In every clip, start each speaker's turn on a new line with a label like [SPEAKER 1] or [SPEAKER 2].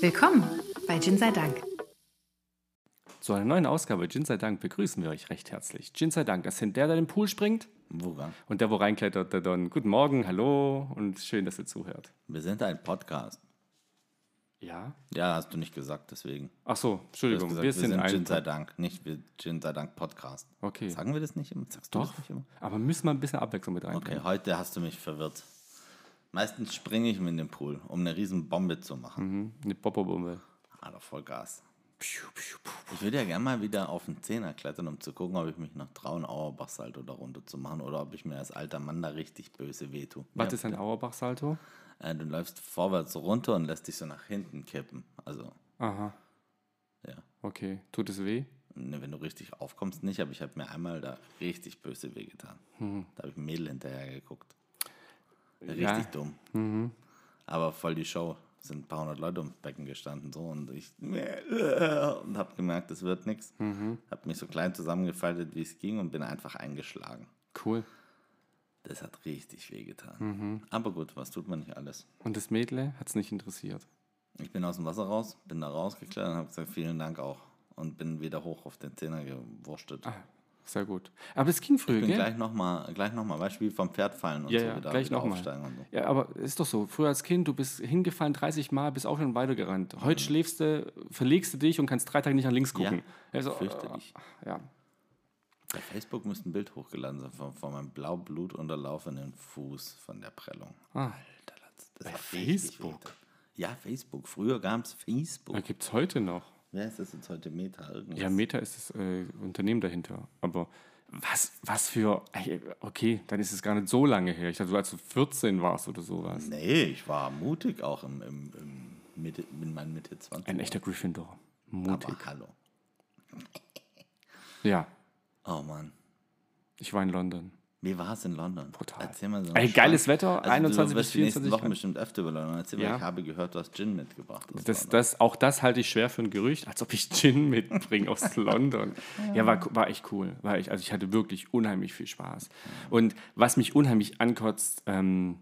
[SPEAKER 1] Willkommen bei Gin sei Dank.
[SPEAKER 2] Zu einer neuen Ausgabe Gin sei Dank begrüßen wir euch recht herzlich. Gin sei Dank, das sind der, der in den Pool springt
[SPEAKER 3] Woran?
[SPEAKER 2] und der, wo reinklettert, der Don. Guten Morgen, hallo und schön, dass ihr zuhört.
[SPEAKER 3] Wir sind ein Podcast.
[SPEAKER 2] Ja?
[SPEAKER 3] Ja, hast du nicht gesagt, deswegen.
[SPEAKER 2] Ach so,
[SPEAKER 3] Du hast
[SPEAKER 2] Entschuldigung,
[SPEAKER 3] gesagt,
[SPEAKER 2] wir sind,
[SPEAKER 3] Gin
[SPEAKER 2] ein...
[SPEAKER 3] sei Dank, nicht wir Gin sei Dank Podcast.
[SPEAKER 2] Okay.
[SPEAKER 3] Sagen wir das nicht immer? Sagst du
[SPEAKER 2] Doch,
[SPEAKER 3] das nicht immer?
[SPEAKER 2] aber müssen wir ein bisschen Abwechslung mit
[SPEAKER 3] Okay,
[SPEAKER 2] reinbringen.
[SPEAKER 3] heute hast du mich verwirrt. Meistens springe ich mit in den Pool, um eine riesen Bombe zu machen.
[SPEAKER 2] Mhm, Eine Popperbombe.
[SPEAKER 3] Alter, voll Gas. Ich würde ja gerne mal wieder auf den Zehner klettern, um zu gucken, ob ich mich noch traue, einen Auerbachsalto darunter zu machen halt oder ob ich mir als alter Mann da richtig böse wehtue.
[SPEAKER 2] Was ist ein Auerbach-Salto?
[SPEAKER 3] Äh, du läufst vorwärts runter und lässt dich so nach hinten kippen. Also,
[SPEAKER 2] Aha,
[SPEAKER 3] ja.
[SPEAKER 2] okay. Tut es weh?
[SPEAKER 3] Ne, wenn du richtig aufkommst, nicht, aber ich habe mir einmal da richtig böse weh getan. Da habe ich ein Mädel hinterher geguckt. Richtig
[SPEAKER 2] Ja.
[SPEAKER 3] dumm. Aber voll die Show. Sind ein paar hundert Leute ums Becken gestanden so und ich und habe gemerkt, es wird nichts. Habe mich so klein zusammengefaltet, wie es ging und bin einfach eingeschlagen.
[SPEAKER 2] Cool.
[SPEAKER 3] Das hat richtig weh getan. Aber gut, was tut man nicht alles?
[SPEAKER 2] Und das Mädle hat es nicht interessiert.
[SPEAKER 3] Ich bin aus dem Wasser raus, bin da rausgeklettert und habe gesagt, vielen Dank auch. Und bin wieder hoch auf den Zehner gewurstet.
[SPEAKER 2] Ah, sehr gut. Aber es ging früher,
[SPEAKER 3] Ich bin
[SPEAKER 2] gell?
[SPEAKER 3] gleich nochmal, gleich noch mal, weißt du, wie vom Pferd fallen und
[SPEAKER 2] Ja,
[SPEAKER 3] so
[SPEAKER 2] ja,
[SPEAKER 3] wieder,
[SPEAKER 2] gleich
[SPEAKER 3] wieder
[SPEAKER 2] nochmal.
[SPEAKER 3] aufsteigen und so.
[SPEAKER 2] Ja, aber ist doch so. Früher als Kind, du bist hingefallen 30 Mal, bist auch schon weitergerannt. Heute schläfst du, verlegst du dich und kannst drei Tage nicht nach links
[SPEAKER 3] Mhm. Ja,
[SPEAKER 2] gucken. also,
[SPEAKER 3] fürchterlich.
[SPEAKER 2] Äh, ja.
[SPEAKER 3] Bei Facebook müsste ein Bild hochgeladen sein von, von meinem blau blutunterlaufenden Fuß von der Prellung.
[SPEAKER 2] Ah,
[SPEAKER 3] Alter, Latz, das
[SPEAKER 2] Bei
[SPEAKER 3] hat richtig
[SPEAKER 2] Facebook?
[SPEAKER 3] wehgetan. Ja, Facebook. Früher gab es Facebook.
[SPEAKER 2] da gibt es heute noch.
[SPEAKER 3] Wer ist das jetzt heute? Meta? Irgendwas?
[SPEAKER 2] Ja, Meta ist das äh, Unternehmen dahinter. Aber was, was für. ey, Okay, dann ist es gar nicht so lange her. Ich dachte, als du 14 warst oder sowas.
[SPEAKER 3] nee, ich war mutig auch im, im, im Mitte, in meinen Mitte 20.
[SPEAKER 2] Ein echter Gryffindor. Mutig.
[SPEAKER 3] Aber hallo.
[SPEAKER 2] Ja,
[SPEAKER 3] Oh Mann.
[SPEAKER 2] ich war in London.
[SPEAKER 3] Wie war es in London?
[SPEAKER 2] Brutal.
[SPEAKER 3] Erzähl mal so
[SPEAKER 2] Ey,
[SPEAKER 3] einen
[SPEAKER 2] geiles
[SPEAKER 3] Schwank.
[SPEAKER 2] Wetter,
[SPEAKER 3] also
[SPEAKER 2] 21
[SPEAKER 3] du
[SPEAKER 2] bis
[SPEAKER 3] wirst die nächsten
[SPEAKER 2] 24
[SPEAKER 3] Wochen bestimmt öfter über London erzählen,
[SPEAKER 2] Ja.
[SPEAKER 3] weil ich habe gehört, du hast Gin mitgebracht. aus
[SPEAKER 2] Das,
[SPEAKER 3] London.
[SPEAKER 2] das, auch das halte ich schwer für einen Gerücht, als ob ich Gin mitbringe aus London. Ja, war, war echt cool. War echt, also ich hatte wirklich unheimlich viel Spaß. Und was mich unheimlich ankotzt, ähm,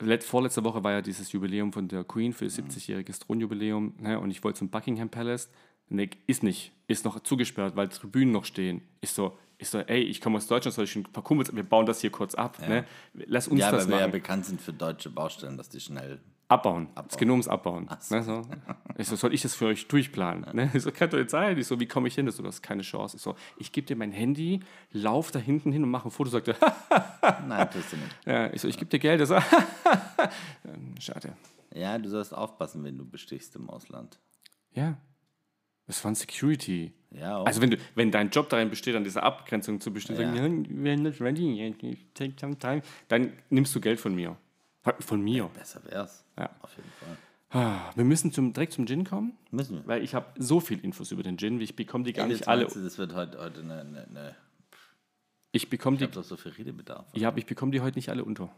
[SPEAKER 2] let, vorletzte Woche war ja dieses Jubiläum von der Queen
[SPEAKER 3] Mhm.
[SPEAKER 2] für das 70-jähriges Thronjubiläum. Ne? Und ich wollte zum Buckingham Palace. Nee, ist nicht. Ist noch zugesperrt, weil Tribünen noch stehen. Ist so, ist so ey, ich komme aus Deutschland, soll ich ein paar Kumpels, wir bauen das hier kurz ab. Ne? Lass uns
[SPEAKER 3] ja,
[SPEAKER 2] das
[SPEAKER 3] weil wir ja
[SPEAKER 2] machen.
[SPEAKER 3] bekannt sind für deutsche Baustellen, dass die schnell.
[SPEAKER 2] Abbauen. Es
[SPEAKER 3] Abbauen.
[SPEAKER 2] geht nur ums Abbauen.
[SPEAKER 3] so.
[SPEAKER 2] Ne, so. Ich so, soll ich das für euch durchplanen? Ne? Ich so, kann doch jetzt sein. Ich so, wie komme ich hin? Ich so, das ist keine Chance. Ich so, ich gebe dir mein Handy, lauf da hinten hin und mach ein Foto. Sagt er,
[SPEAKER 3] Nein, tust du nicht.
[SPEAKER 2] ja. ich so, ich gebe dir Geld. Er so, Ähm, schade.
[SPEAKER 3] Ja, du sollst aufpassen, wenn du bestichst im Ausland.
[SPEAKER 2] Ja. Das war ein Security.
[SPEAKER 3] Ja, oh, auch.
[SPEAKER 2] Also wenn, du, wenn dein Job darin besteht, an dieser Abgrenzung zu bestehen,
[SPEAKER 3] Ja.
[SPEAKER 2] sagen, "Ja, we're not ready, yet. It take some time, dann nimmst du Geld von mir. Von mir.
[SPEAKER 3] Besser wär's.
[SPEAKER 2] Ja.
[SPEAKER 3] Auf jeden Fall.
[SPEAKER 2] Ah, Wir müssen zum, direkt zum Gin kommen,
[SPEAKER 3] Müssen wir.
[SPEAKER 2] weil ich habe so viel Infos über den Gin, ich bekomme die gar
[SPEAKER 3] Ey,
[SPEAKER 2] nicht
[SPEAKER 3] das
[SPEAKER 2] alle.
[SPEAKER 3] meinst du, Das wird heute, heute eine. eine, eine
[SPEAKER 2] Ich bekomme
[SPEAKER 3] ich
[SPEAKER 2] die
[SPEAKER 3] hab doch so viel Redebedarf.
[SPEAKER 2] Ja, aber ich bekomme die heute nicht alle unter.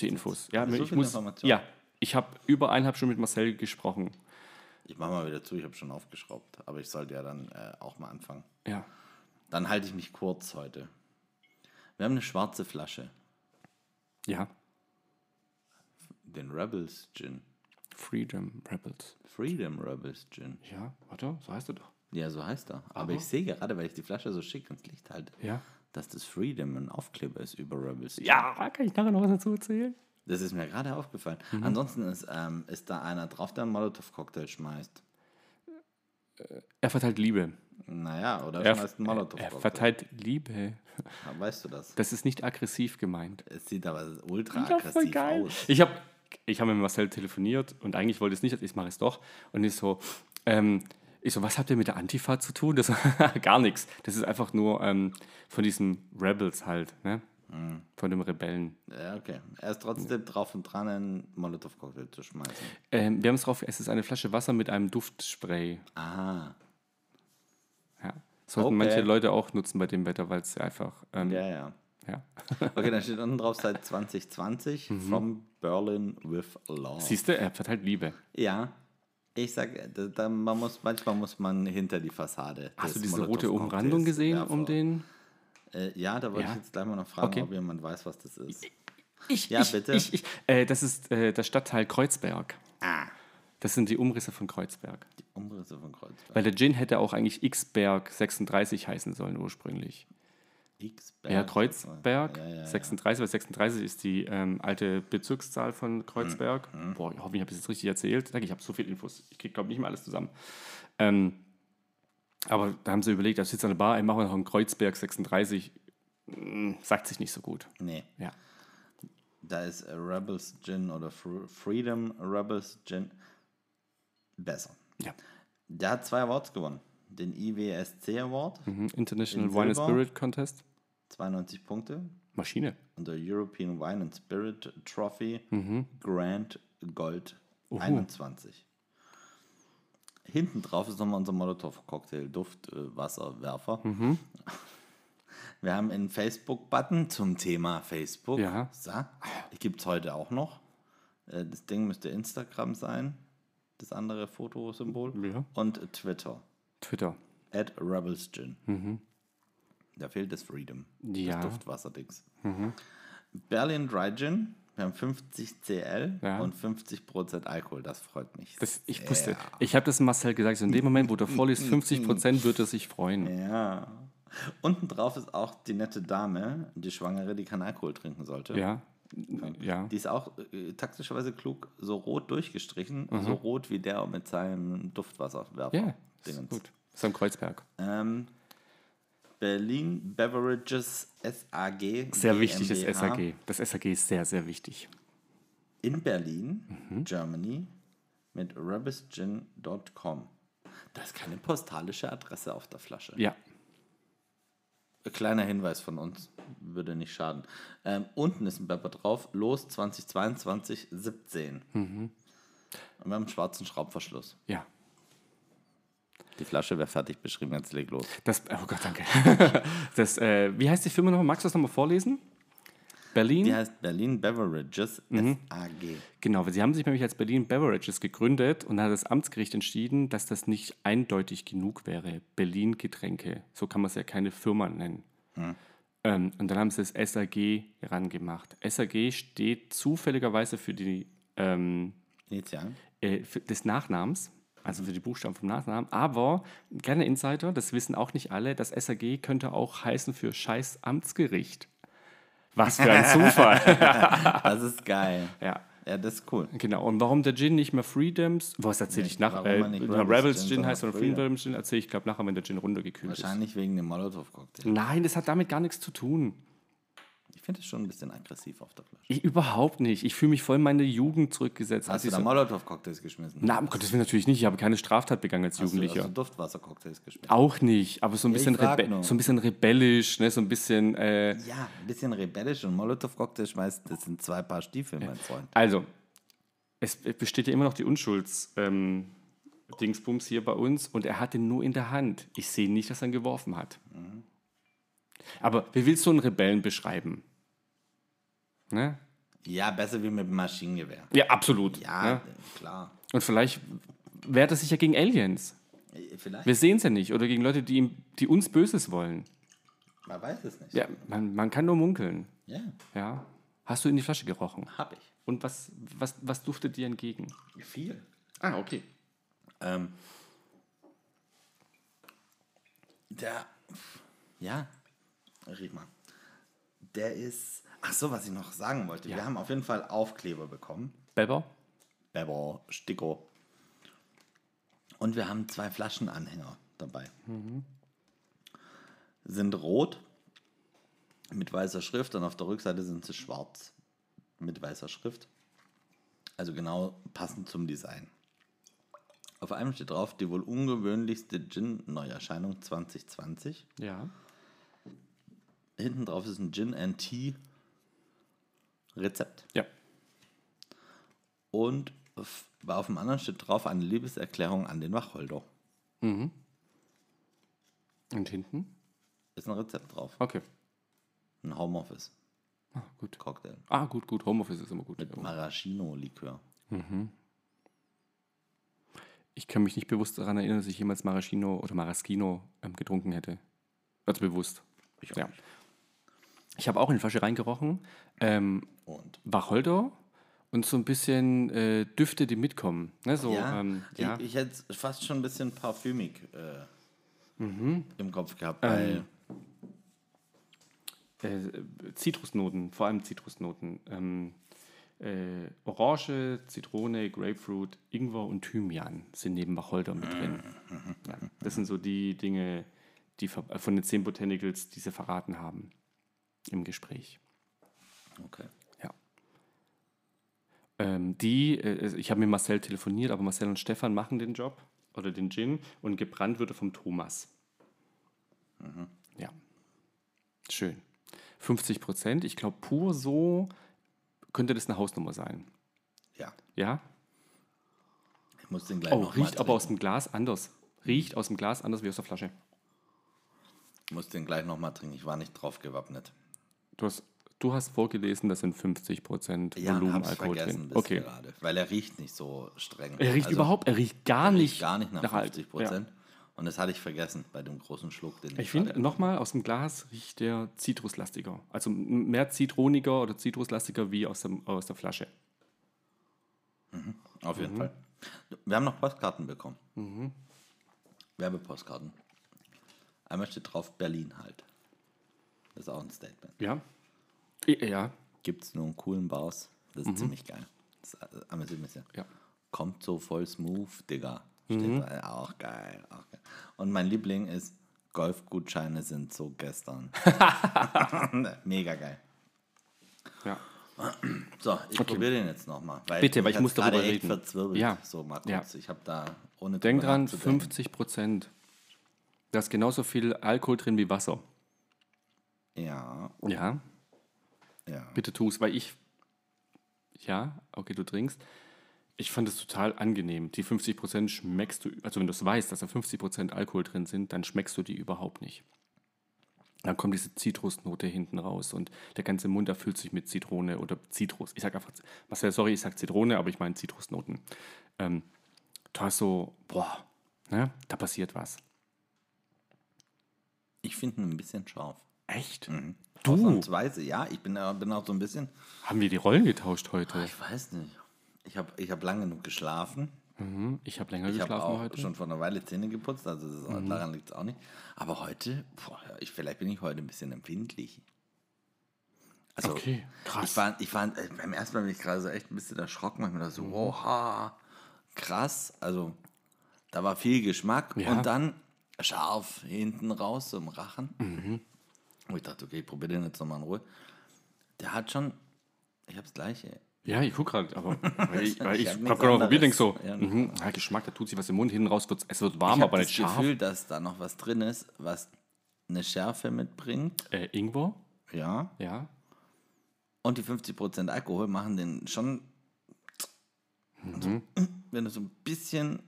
[SPEAKER 2] Die Infos. Ja,
[SPEAKER 3] Also so
[SPEAKER 2] ich
[SPEAKER 3] viele
[SPEAKER 2] muss.
[SPEAKER 3] Informationen?
[SPEAKER 2] Ja, ich habe über eineinhalb Stunden mit Marcel gesprochen.
[SPEAKER 3] Ich mach mal wieder zu, ich habe schon aufgeschraubt. Aber ich sollte ja dann äh, auch mal anfangen.
[SPEAKER 2] Ja.
[SPEAKER 3] Dann halte ich mich kurz heute. Wir haben eine schwarze Flasche.
[SPEAKER 2] Ja.
[SPEAKER 3] Den Rebels Gin.
[SPEAKER 2] Freedom Rebels.
[SPEAKER 3] Freedom Rebels Gin.
[SPEAKER 2] Ja, warte, so heißt er doch.
[SPEAKER 3] Ja, so heißt er. Aber ich sehe gerade, weil ich die Flasche so schick ins Licht halte,
[SPEAKER 2] Ja.
[SPEAKER 3] dass das Freedom ein Aufkleber ist über Rebels. Gin.
[SPEAKER 2] Ja, kann ich nachher noch was dazu erzählen?
[SPEAKER 3] Das ist mir gerade aufgefallen.
[SPEAKER 2] Mhm.
[SPEAKER 3] Ansonsten ist, ähm, ist da einer drauf, der einen Molotow-Cocktail schmeißt.
[SPEAKER 2] Er verteilt Liebe.
[SPEAKER 3] Naja, oder
[SPEAKER 2] Er,
[SPEAKER 3] schmeißt einen
[SPEAKER 2] er
[SPEAKER 3] Molotow-Cocktail.
[SPEAKER 2] verteilt Liebe.
[SPEAKER 3] Ja, Weißt du das?
[SPEAKER 2] Das ist nicht aggressiv gemeint.
[SPEAKER 3] Es sieht aber ultra
[SPEAKER 2] Ja, voll
[SPEAKER 3] aggressiv
[SPEAKER 2] geil.
[SPEAKER 3] aus.
[SPEAKER 2] Ich habe ich hab mit Marcel telefoniert und eigentlich wollte ich es nicht, ich mache es doch. Und ich so, ähm, ich so, was habt ihr mit der Antifa zu tun? Das gar nichts. Das ist einfach nur ähm, von diesen Rebels halt, ne?
[SPEAKER 3] Mhm.
[SPEAKER 2] Von dem Rebellen.
[SPEAKER 3] Ja, okay. Er ist trotzdem drauf und dran, einen Molotow-Cocktail zu schmeißen.
[SPEAKER 2] Ähm, wir haben es drauf, es ist eine Flasche Wasser mit einem Duftspray.
[SPEAKER 3] Aha.
[SPEAKER 2] Ja. Sollten
[SPEAKER 3] Ah. Okay.
[SPEAKER 2] manche Leute auch nutzen bei dem Wetter, weil es einfach. Ähm,
[SPEAKER 3] Ja, ja.
[SPEAKER 2] ja.
[SPEAKER 3] Okay, dann steht unten drauf seit 2020
[SPEAKER 2] Mhm.
[SPEAKER 3] from Berlin with Love.
[SPEAKER 2] Siehst du, er verteilt Liebe.
[SPEAKER 3] Ja. Ich sag, da, da, man muss, manchmal muss man hinter die Fassade.
[SPEAKER 2] Hast du
[SPEAKER 3] des
[SPEAKER 2] diese rote
[SPEAKER 3] Molotow-Cocktails
[SPEAKER 2] Umrandung gesehen
[SPEAKER 3] werfen.
[SPEAKER 2] um den?
[SPEAKER 3] Äh, ja, da wollte
[SPEAKER 2] Ja.
[SPEAKER 3] ich jetzt gleich mal noch fragen,
[SPEAKER 2] Okay.
[SPEAKER 3] ob jemand weiß, was das ist.
[SPEAKER 2] Ich,
[SPEAKER 3] Ja,
[SPEAKER 2] ich,
[SPEAKER 3] bitte.
[SPEAKER 2] Ich, ich. Äh, das ist äh, der Stadtteil Kreuzberg.
[SPEAKER 3] Ah.
[SPEAKER 2] Das sind die Umrisse von Kreuzberg.
[SPEAKER 3] Die Umrisse von Kreuzberg.
[SPEAKER 2] Weil der Gin hätte auch eigentlich X-Berg 36 heißen sollen ursprünglich.
[SPEAKER 3] Xberg.
[SPEAKER 2] Ja, Kreuzberg
[SPEAKER 3] Ja, ja, ja.
[SPEAKER 2] 36, weil 36 ist die ähm, alte Bezirkszahl von Kreuzberg.
[SPEAKER 3] Mhm,
[SPEAKER 2] Boah, ich hoffe, ich habe es jetzt richtig erzählt. Sag ich, ich habe so viel Infos. Ich kriege, glaube nicht mal alles zusammen. Ähm, aber da haben sie überlegt, da sitzt eine Bar, ey, machen wir noch einen Kreuzberg 36. Mm, Sagt sich nicht so gut.
[SPEAKER 3] Nee,
[SPEAKER 2] Ja.
[SPEAKER 3] da ist äh, Rebels Gin oder Fr Freedom Rebels Gin besser.
[SPEAKER 2] ja.
[SPEAKER 3] Der hat zwei Awards gewonnen. Den IWSC Award,
[SPEAKER 2] Mhm. International
[SPEAKER 3] In
[SPEAKER 2] Wine and
[SPEAKER 3] Silber.
[SPEAKER 2] Spirit Contest.
[SPEAKER 3] 92 Punkte.
[SPEAKER 2] Maschine.
[SPEAKER 3] Und der European Wine and Spirit Trophy
[SPEAKER 2] Mhm.
[SPEAKER 3] Grand Gold 21. Hinten drauf ist nochmal unser Molotow-Cocktail, Duft, äh, Wasserwerfer.
[SPEAKER 2] Mhm.
[SPEAKER 3] Wir haben einen Facebook-Button zum Thema Facebook.
[SPEAKER 2] Ja.
[SPEAKER 3] So, Gibt es heute auch noch. Äh, Das Ding müsste Instagram sein, das andere Fotosymbol.
[SPEAKER 2] Ja.
[SPEAKER 3] Und Twitter,
[SPEAKER 2] Twitter.
[SPEAKER 3] at Rebelsgin. Da fehlt das Freedom,
[SPEAKER 2] Mhm. Ja. Mhm.
[SPEAKER 3] das Duftwasserdings. Berlin Dry Gin, wir haben 50 CL
[SPEAKER 2] Ja.
[SPEAKER 3] und 50% Alkohol, das freut mich.
[SPEAKER 2] Das, ich wusste, ich habe das Marcel gesagt, so in dem Moment, wo du vorliest, 50% wird er sich freuen.
[SPEAKER 3] ja. Unten drauf ist auch die nette Dame, die Schwangere, die keinen Alkohol trinken sollte.
[SPEAKER 2] Ja. Ja.
[SPEAKER 3] Die ist auch äh, taktischerweise klug so rot durchgestrichen, so rot wie der mit seinem Duftwasserwerfer.
[SPEAKER 2] Mhm. Ja, ist
[SPEAKER 3] Dingens.
[SPEAKER 2] gut. Ist am Kreuzberg.
[SPEAKER 3] Ähm, Berlin Beverages SAG.
[SPEAKER 2] Sehr wichtig ist
[SPEAKER 3] GmbH.
[SPEAKER 2] SAG. Das SAG ist sehr, sehr wichtig.
[SPEAKER 3] in Berlin, Germany, mit rubbisgin.com. Da ist keine postalische Adresse auf der Flasche.
[SPEAKER 2] Ja.
[SPEAKER 3] Ein Kleiner Hinweis von uns, würde nicht schaden. Ähm, unten ist ein Bepper drauf, los 2022 17. Und wir haben einen schwarzen Schraubverschluss.
[SPEAKER 2] Ja.
[SPEAKER 3] Die Flasche wäre fertig beschrieben, jetzt leg los.
[SPEAKER 2] Das, oh Gott, danke. Das, äh, wie heißt die Firma nochmal? Magst du das nochmal vorlesen?
[SPEAKER 3] Die
[SPEAKER 2] Berlin?
[SPEAKER 3] heißt Berlin Beverages SAG.
[SPEAKER 2] Genau, weil sie haben sich nämlich als Berlin Beverages gegründet und da hat das Amtsgericht entschieden, dass das nicht eindeutig genug wäre. Berlin Getränke. So kann man es ja keine Firma nennen. Ähm, und dann haben sie das SAG herangemacht. SAG steht zufälligerweise für die ähm,
[SPEAKER 3] Initial.
[SPEAKER 2] äh, für- des Nachnamens, also für die Buchstaben vom Nachnamen. Aber ein kleiner Insider, das wissen auch nicht alle, das SAG könnte auch heißen für Scheiß Amtsgericht. Was für ein Zufall.
[SPEAKER 3] Das ist geil.
[SPEAKER 2] ja.
[SPEAKER 3] Ah. Ja, das ist cool.
[SPEAKER 2] Genau, und warum der Gin nicht mehr Freedoms, was erzähle ich nach?
[SPEAKER 3] warum
[SPEAKER 2] Äh,
[SPEAKER 3] man nicht
[SPEAKER 2] na,
[SPEAKER 3] Rebels
[SPEAKER 2] Rebels
[SPEAKER 3] Gin,
[SPEAKER 2] Gin heißt oder
[SPEAKER 3] sondern
[SPEAKER 2] Freedoms Gin, erzähle ich, glaube nachher, wenn der Gin runtergekühlt ist.
[SPEAKER 3] Wahrscheinlich wegen dem Molotow-Cocktail.
[SPEAKER 2] Nein, das hat damit gar nichts zu tun.
[SPEAKER 3] Ich finde es schon ein bisschen aggressiv auf der Flasche.
[SPEAKER 2] Ich, überhaupt nicht. Ich fühle mich voll in meine Jugend zurückgesetzt.
[SPEAKER 3] Hast
[SPEAKER 2] als
[SPEAKER 3] du
[SPEAKER 2] ich
[SPEAKER 3] da
[SPEAKER 2] Also so,
[SPEAKER 3] Molotow-Cocktails geschmissen?
[SPEAKER 2] na, um Gottes Willen natürlich nicht. Ich habe keine Straftat begangen als
[SPEAKER 3] hast du, hast
[SPEAKER 2] Jugendlicher.
[SPEAKER 3] du Duftwasser-Cocktails geschmissen?
[SPEAKER 2] Auch nicht, aber so ein
[SPEAKER 3] Ja, ich
[SPEAKER 2] bisschen,
[SPEAKER 3] frag
[SPEAKER 2] rebe
[SPEAKER 3] nur.
[SPEAKER 2] so ein bisschen rebellisch, ne? so ein bisschen. Äh,
[SPEAKER 3] Ja, ein bisschen rebellisch und Molotow-Cocktail schmeißt, das sind zwei Paar Stiefel, mein Freund.
[SPEAKER 2] also, es besteht ja immer noch die Unschulds. Ähm, Dingsbums hier bei uns und er hatte nur in der Hand. Ich sehe nicht, dass er ihn geworfen hat. Aber wie willst du einen Rebellen beschreiben? Ne?
[SPEAKER 3] Ja, besser wie mit dem Maschinengewehr.
[SPEAKER 2] Ja, absolut.
[SPEAKER 3] Ja,
[SPEAKER 2] Ne?
[SPEAKER 3] klar.
[SPEAKER 2] Und vielleicht wehrt er sich ja gegen Aliens.
[SPEAKER 3] Äh, Vielleicht,
[SPEAKER 2] Wir sehen es ja nicht. Oder gegen Leute, die, ihm, die uns Böses wollen.
[SPEAKER 3] man weiß es nicht.
[SPEAKER 2] Ja, man, man kann nur munkeln.
[SPEAKER 3] ja
[SPEAKER 2] Ja. Hast du in die Flasche gerochen?
[SPEAKER 3] hab ich.
[SPEAKER 2] Und was, was, was duftet dir entgegen?
[SPEAKER 3] Viel.
[SPEAKER 2] Ah, okay.
[SPEAKER 3] Ähm, der, ja, riech mal. Der ist, ach so, was ich noch sagen wollte. Wir haben auf jeden Fall Aufkleber bekommen.
[SPEAKER 2] Beber?
[SPEAKER 3] Beber, Sticker. Und wir haben zwei Flaschenanhänger dabei. Sind rot mit weißer Schrift und auf der Rückseite sind sie schwarz mit weißer Schrift. Also genau passend zum Design. Auf einem steht drauf die wohl ungewöhnlichste Gin-Neuerscheinung 2020.
[SPEAKER 2] Ja.
[SPEAKER 3] Hinten drauf ist ein Gin and Tea Rezept.
[SPEAKER 2] Ja.
[SPEAKER 3] Und f- war auf dem anderen steht drauf eine Liebeserklärung an den Wacholder.
[SPEAKER 2] Und hinten?
[SPEAKER 3] Ist ein Rezept drauf.
[SPEAKER 2] Okay.
[SPEAKER 3] Ein Homeoffice-Cocktail.
[SPEAKER 2] Ah, gut. Ah, gut, gut. Homeoffice ist immer gut.
[SPEAKER 3] Maraschino-Likör.
[SPEAKER 2] Ich kann mich nicht bewusst daran erinnern, dass ich jemals Maraschino oder Maraschino ähm, getrunken hätte. Also bewusst.
[SPEAKER 3] Ich auch
[SPEAKER 2] Ja.
[SPEAKER 3] nicht.
[SPEAKER 2] Ich habe auch in die Flasche reingerochen. Ähm,
[SPEAKER 3] Und
[SPEAKER 2] Wacholder und so ein bisschen äh, Düfte, die mitkommen. Ne, so,
[SPEAKER 3] ja,
[SPEAKER 2] ähm, ja.
[SPEAKER 3] ich, ich hätte es fast schon ein bisschen parfümig äh,
[SPEAKER 2] Mhm.
[SPEAKER 3] im Kopf
[SPEAKER 2] Ähm.
[SPEAKER 3] gehabt, weil
[SPEAKER 2] äh, Zitrusnoten, vor allem Zitrusnoten. Ähm, äh, Orange, Zitrone, Grapefruit, Ingwer und Thymian sind neben Wacholder mit drin. Ja, das sind so die Dinge, die ver- äh, von den zehn Botanicals, die sie verraten haben im Gespräch.
[SPEAKER 3] okay.
[SPEAKER 2] Ja. Ähm, die, äh, ich habe mit Marcel telefoniert, aber Marcel und Stefan machen den Job oder den Gin und gebrannt wird er vom Thomas.
[SPEAKER 3] Mhm.
[SPEAKER 2] Ja. Schön. 50 Prozent. Ich glaube, pur so könnte das eine Hausnummer sein.
[SPEAKER 3] ja,
[SPEAKER 2] Ja?
[SPEAKER 3] ich muss den gleich
[SPEAKER 2] Oh,
[SPEAKER 3] noch mal
[SPEAKER 2] riecht aber aus
[SPEAKER 3] trinken.
[SPEAKER 2] dem Glas anders. Riecht aus dem Glas anders wie aus der Flasche.
[SPEAKER 3] Ich muss den gleich nochmal trinken, ich war nicht drauf gewappnet.
[SPEAKER 2] Du hast, du hast vorgelesen, das sind 50 Prozent
[SPEAKER 3] Ja,
[SPEAKER 2] Volumen
[SPEAKER 3] hab's
[SPEAKER 2] Alkohol
[SPEAKER 3] vergessen
[SPEAKER 2] drin.
[SPEAKER 3] bis
[SPEAKER 2] Okay.
[SPEAKER 3] gerade, weil er riecht nicht so streng.
[SPEAKER 2] Er riecht
[SPEAKER 3] Also,
[SPEAKER 2] überhaupt, er riecht gar
[SPEAKER 3] er
[SPEAKER 2] nicht.
[SPEAKER 3] riecht gar nicht nach,
[SPEAKER 2] Alk-
[SPEAKER 3] 50 Prozent. Und das hatte ich vergessen bei dem großen Schluck, den ich,
[SPEAKER 2] Ich finde,
[SPEAKER 3] gerade-
[SPEAKER 2] nochmal, aus dem Glas riecht der zitruslastiger. Also m- mehr zitroniger oder zitruslastiger wie aus, dem, aus der Flasche.
[SPEAKER 3] Auf
[SPEAKER 2] Mhm.
[SPEAKER 3] jeden Fall. Wir haben noch Postkarten bekommen. Werbepostkarten. Einmal steht drauf Berlin halt. Das ist auch ein Statement.
[SPEAKER 2] Ja. I- Ja.
[SPEAKER 3] Gibt es nur in coolen Bars. Das ist ziemlich geil. Das äh, amüsiert mich sehr.
[SPEAKER 2] Mhm. Ja. Mhm.
[SPEAKER 3] Kommt so voll smooth, Digga. Steht da, ja, auch geil, auch geil. Und mein Liebling ist, Golfgutscheine sind so gestern. Mega geil.
[SPEAKER 2] ja.
[SPEAKER 3] So, ich probiere den jetzt nochmal.
[SPEAKER 2] Bitte, weil ich muss darüber
[SPEAKER 3] echt
[SPEAKER 2] reden.
[SPEAKER 3] verzwirbelt.
[SPEAKER 2] Ja.
[SPEAKER 3] So, Markus,
[SPEAKER 2] Ja.
[SPEAKER 3] ich habe da ohne
[SPEAKER 2] Denk
[SPEAKER 3] drüber
[SPEAKER 2] dran,
[SPEAKER 3] nachzudenken.
[SPEAKER 2] 50 Prozent. Da ist genauso viel Alkohol drin wie Wasser.
[SPEAKER 3] Ja,
[SPEAKER 2] Ja.
[SPEAKER 3] ja.
[SPEAKER 2] Bitte tu es, weil ich. Ja, okay, du trinkst. Ich fand es total angenehm. Die 50 Prozent schmeckst du, also wenn du es weißt, dass da 50 Prozent Alkohol drin sind, dann schmeckst du die überhaupt nicht. Dann kommt diese Zitrusnote hinten raus und der ganze Mund erfüllt sich mit Zitrone oder Zitrus. Ich sag einfach, Marcel, sorry, ich sag Zitrone, aber ich meine Zitrusnoten. Ähm, da hast so, boah, ne, da passiert was.
[SPEAKER 3] Ich finde ihn ein bisschen scharf.
[SPEAKER 2] Echt?
[SPEAKER 3] Mhm.
[SPEAKER 2] Du,
[SPEAKER 3] Ausnahmsweise, ja. Ich bin, da- bin auch so ein bisschen.
[SPEAKER 2] haben wir die Rollen getauscht heute?
[SPEAKER 3] Ah, Ich weiß nicht. Ich habe ich hab lang genug geschlafen.
[SPEAKER 2] Mhm, ich habe länger
[SPEAKER 3] Ich habe
[SPEAKER 2] geschlafen
[SPEAKER 3] auch
[SPEAKER 2] heute. Mhm.
[SPEAKER 3] schon vor einer Weile Zähne geputzt, also das ist, daran liegt es auch nicht. Aber heute, boah, ich, vielleicht bin ich heute ein bisschen empfindlich. Also,
[SPEAKER 2] Okay, krass.
[SPEAKER 3] Ich war, ich war, äh, beim ersten Mal bin ich gerade so echt ein bisschen erschrocken, weil ich mir dachte so,
[SPEAKER 2] Mhm.
[SPEAKER 3] wow, ha, krass. Also, da war viel Geschmack
[SPEAKER 2] Ja.
[SPEAKER 3] und dann scharf hinten raus, so im Rachen.
[SPEAKER 2] Mhm.
[SPEAKER 3] Und ich dachte, okay, ich probiere den jetzt nochmal in Ruhe. Der hat schon, ich äh, habe das Gleiche.
[SPEAKER 2] Ja, ich guck gerade, aber weil ich, weil
[SPEAKER 3] Ich
[SPEAKER 2] ich
[SPEAKER 3] hab
[SPEAKER 2] habe
[SPEAKER 3] nichts
[SPEAKER 2] gerade probiert, denk
[SPEAKER 3] anderes.
[SPEAKER 2] so,
[SPEAKER 3] Ja. genau.
[SPEAKER 2] mhm, ja, Geschmack, da tut sich was im Mund, hinten raus wird's, es wird warm,
[SPEAKER 3] Ich habe
[SPEAKER 2] aber
[SPEAKER 3] das
[SPEAKER 2] nicht scharf.
[SPEAKER 3] Gefühl, dass da noch was drin ist, was eine Schärfe mitbringt.
[SPEAKER 2] Äh, Ingwer,
[SPEAKER 3] Ja.
[SPEAKER 2] ja.
[SPEAKER 3] Und die 50% Alkohol machen den schon,
[SPEAKER 2] Mhm.
[SPEAKER 3] wenn du so ein bisschen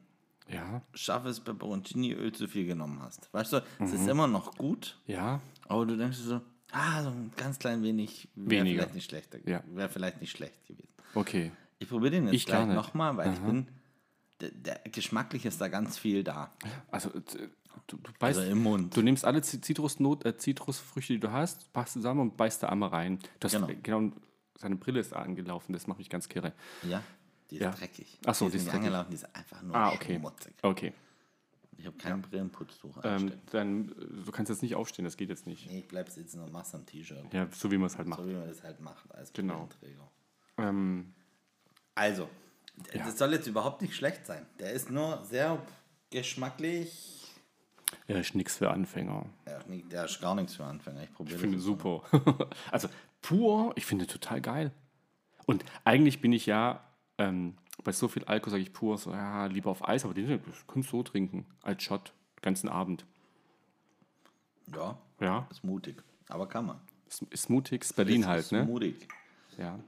[SPEAKER 2] Ja,
[SPEAKER 3] scharfes Peperoncini-Öl zu viel genommen hast. Weißt du, es
[SPEAKER 2] Mhm.
[SPEAKER 3] ist immer noch gut,
[SPEAKER 2] ja,
[SPEAKER 3] aber du denkst dir so, ah, so ein ganz klein wenig wäre
[SPEAKER 2] Weniger.
[SPEAKER 3] vielleicht nicht schlechter,
[SPEAKER 2] Ja.
[SPEAKER 3] wäre vielleicht nicht schlecht gewesen.
[SPEAKER 2] okay.
[SPEAKER 3] Ich probiere den jetzt
[SPEAKER 2] Ich gar
[SPEAKER 3] gleich
[SPEAKER 2] nicht.
[SPEAKER 3] nochmal, weil ich bin, der, der, geschmacklich ist da ganz viel da.
[SPEAKER 2] Also, äh, du, du beißt,
[SPEAKER 3] Also im Mund.
[SPEAKER 2] du nimmst alle Zi- Zitrusnot, äh, Zitrusfrüchte, die du hast, packst zusammen und beißt da einmal rein. Du hast,
[SPEAKER 3] Genau.
[SPEAKER 2] genau. seine Brille ist angelaufen, das macht mich ganz kirre.
[SPEAKER 3] Ja, die ist
[SPEAKER 2] Ja.
[SPEAKER 3] dreckig.
[SPEAKER 2] Ach so,
[SPEAKER 3] die
[SPEAKER 2] die
[SPEAKER 3] ist
[SPEAKER 2] ist
[SPEAKER 3] nicht
[SPEAKER 2] dreckig.
[SPEAKER 3] angelaufen, die ist einfach nur
[SPEAKER 2] Ah, okay.
[SPEAKER 3] schmutzig.
[SPEAKER 2] Okay.
[SPEAKER 3] Ich habe kein Brillenputztuch
[SPEAKER 2] Ähm,
[SPEAKER 3] anstellen.
[SPEAKER 2] dann, äh, du kannst jetzt nicht aufstehen, das geht jetzt nicht.
[SPEAKER 3] Nee, ich bleib sitzen und mach's am T-Shirt.
[SPEAKER 2] Ja, so wie man es halt macht.
[SPEAKER 3] So wie man das halt macht als
[SPEAKER 2] Genau.
[SPEAKER 3] Brillenträger.
[SPEAKER 2] Ähm,
[SPEAKER 3] Also, d- das soll jetzt überhaupt nicht schlecht sein. Der ist nur sehr geschmacklich.
[SPEAKER 2] er ist nichts für Anfänger.
[SPEAKER 3] Ja, nee, der ist gar nichts für Anfänger. Ich
[SPEAKER 2] Ich
[SPEAKER 3] probiere
[SPEAKER 2] finde
[SPEAKER 3] das.
[SPEAKER 2] super. also pur, ich finde total geil. Und eigentlich bin ich ja ähm, bei so viel Alkohol, sage ich pur, so, ja, lieber auf Eis, aber den den kannst du so trinken, als Shot, den ganzen Abend.
[SPEAKER 3] Ja,
[SPEAKER 2] Ja,
[SPEAKER 3] ist mutig. Aber kann man.
[SPEAKER 2] ist, ist mutig, ist Berlin
[SPEAKER 3] Ist-
[SPEAKER 2] halt,
[SPEAKER 3] ist
[SPEAKER 2] ne?
[SPEAKER 3] Mutig.
[SPEAKER 2] Ja.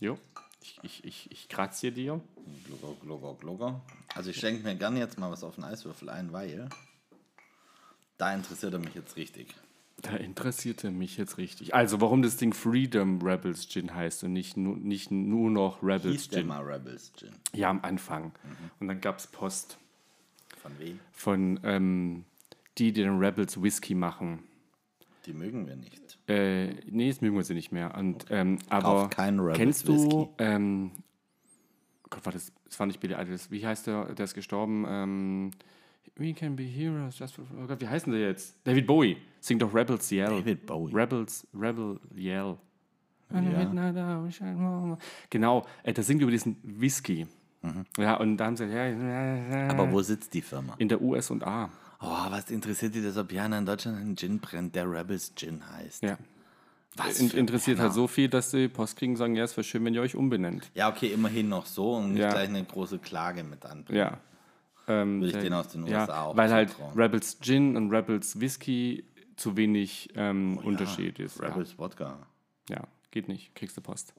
[SPEAKER 2] Jo, ich, ich, ich, ich kratze dir.
[SPEAKER 3] Glugger, glugger, glugger. Also, ich schenke mir gerne jetzt mal was auf den Eiswürfel ein, weil da interessiert er mich jetzt richtig.
[SPEAKER 2] Da interessierte mich jetzt richtig. Also, warum das Ding Freedom Rebels Gin heißt und nicht, nu, nicht nur noch Rebels
[SPEAKER 3] Hieß der
[SPEAKER 2] Gin.
[SPEAKER 3] mal Mhm. Rebels Gin.
[SPEAKER 2] Ja, am Anfang. Und dann gab es Post.
[SPEAKER 3] Von wem?
[SPEAKER 2] von ähm, die, die den Rebels Whisky machen.
[SPEAKER 3] Die mögen wir nicht.
[SPEAKER 2] Äh, nee, jetzt mögen wir sie nicht mehr. Und, ähm, aber
[SPEAKER 3] Kauft keinen Rabbit
[SPEAKER 2] kennst
[SPEAKER 3] Whisky.
[SPEAKER 2] du, ähm, Gott, war das, das war nicht Billy Idol, das- wie heißt der, der ist gestorben? Ähm, We can be heroes just for, oh Gott, wie heißen der jetzt? David Bowie, singt doch Rebels Yell.
[SPEAKER 3] David Bowie.
[SPEAKER 2] Rebels, Rebel Yell.
[SPEAKER 3] Ja.
[SPEAKER 2] Midnight Hour, wish I were- Genau, äh, das singt über diesen Whisky.
[SPEAKER 3] Mhm.
[SPEAKER 2] Ja, und da haben sie gesagt, ja,
[SPEAKER 3] Aber wo sitzt die Firma?
[SPEAKER 2] in der US und A.
[SPEAKER 3] Oh, was interessiert die das, ob Jana in Deutschland einen Gin brennt, der Rebels Gin heißt?
[SPEAKER 2] Ja.
[SPEAKER 3] Was
[SPEAKER 2] In,
[SPEAKER 3] für
[SPEAKER 2] interessiert halt
[SPEAKER 3] Penner.
[SPEAKER 2] so viel, dass sie Post kriegen und sagen, ja, es wäre schön, wenn ihr euch umbenennt.
[SPEAKER 3] Ja, okay, immerhin noch so und nicht
[SPEAKER 2] Ja.
[SPEAKER 3] gleich eine große Klage mit anbringen.
[SPEAKER 2] Ja. Ähm,
[SPEAKER 3] Würde ich
[SPEAKER 2] der-
[SPEAKER 3] denen aus den USA
[SPEAKER 2] ja,
[SPEAKER 3] auch
[SPEAKER 2] Weil halt
[SPEAKER 3] zutrauen.
[SPEAKER 2] Rebels Gin und Rebels Whisky zu wenig ähm, Unterschied ist.
[SPEAKER 3] Oh Rebels Wodka.
[SPEAKER 2] Ja. ja, geht nicht. Kriegst du Post.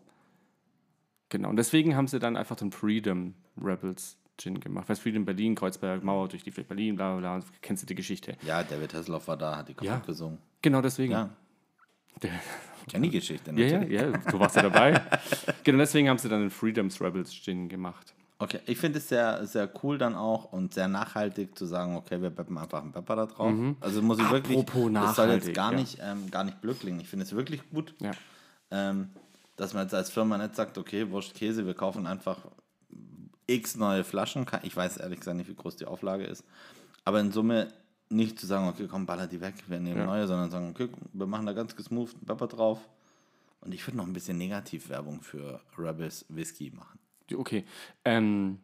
[SPEAKER 2] Genau. Und deswegen haben sie dann einfach den Freedom Rebels Gin gemacht. Weißt du, Freedom Berlin, Kreuzberg, Mauer durch die Fläche Berlin, bla bla bla. Kennst du die Geschichte?
[SPEAKER 3] Ja, David Hasselhoff war da, hat die Kopf
[SPEAKER 2] Ja.
[SPEAKER 3] gesungen.
[SPEAKER 2] Genau deswegen.
[SPEAKER 3] Ja.
[SPEAKER 2] Der-
[SPEAKER 3] Kenn die Geschichte
[SPEAKER 2] Ja,
[SPEAKER 3] natürlich.
[SPEAKER 2] ja, ja, du warst ja dabei. genau deswegen haben sie dann den Freedoms Rebels Gin gemacht.
[SPEAKER 3] Okay, ich finde es sehr, sehr cool dann auch und sehr nachhaltig zu sagen, okay, wir beppen einfach einen Pepper da drauf. Also muss ich
[SPEAKER 2] Mhm. Apropos
[SPEAKER 3] wirklich, das soll
[SPEAKER 2] nachhaltig,
[SPEAKER 3] jetzt gar,
[SPEAKER 2] ja.
[SPEAKER 3] nicht, ähm, gar nicht blöd klingen. Ich finde es wirklich gut,
[SPEAKER 2] Ja.
[SPEAKER 3] ähm, dass man jetzt als Firma nicht sagt, okay, Wurst, Käse, wir kaufen einfach x neue Flaschen. Ke- Ich weiß ehrlich gesagt nicht, wie groß die Auflage ist. Aber in Summe nicht zu sagen, okay, komm, baller die weg, wir nehmen
[SPEAKER 2] Ja.
[SPEAKER 3] neue, sondern sagen, okay, wir machen da ganz gesmooth einen Pepper drauf. Und ich würde noch ein bisschen Negativwerbung für Rebels Whisky machen.
[SPEAKER 2] Okay. Ähm,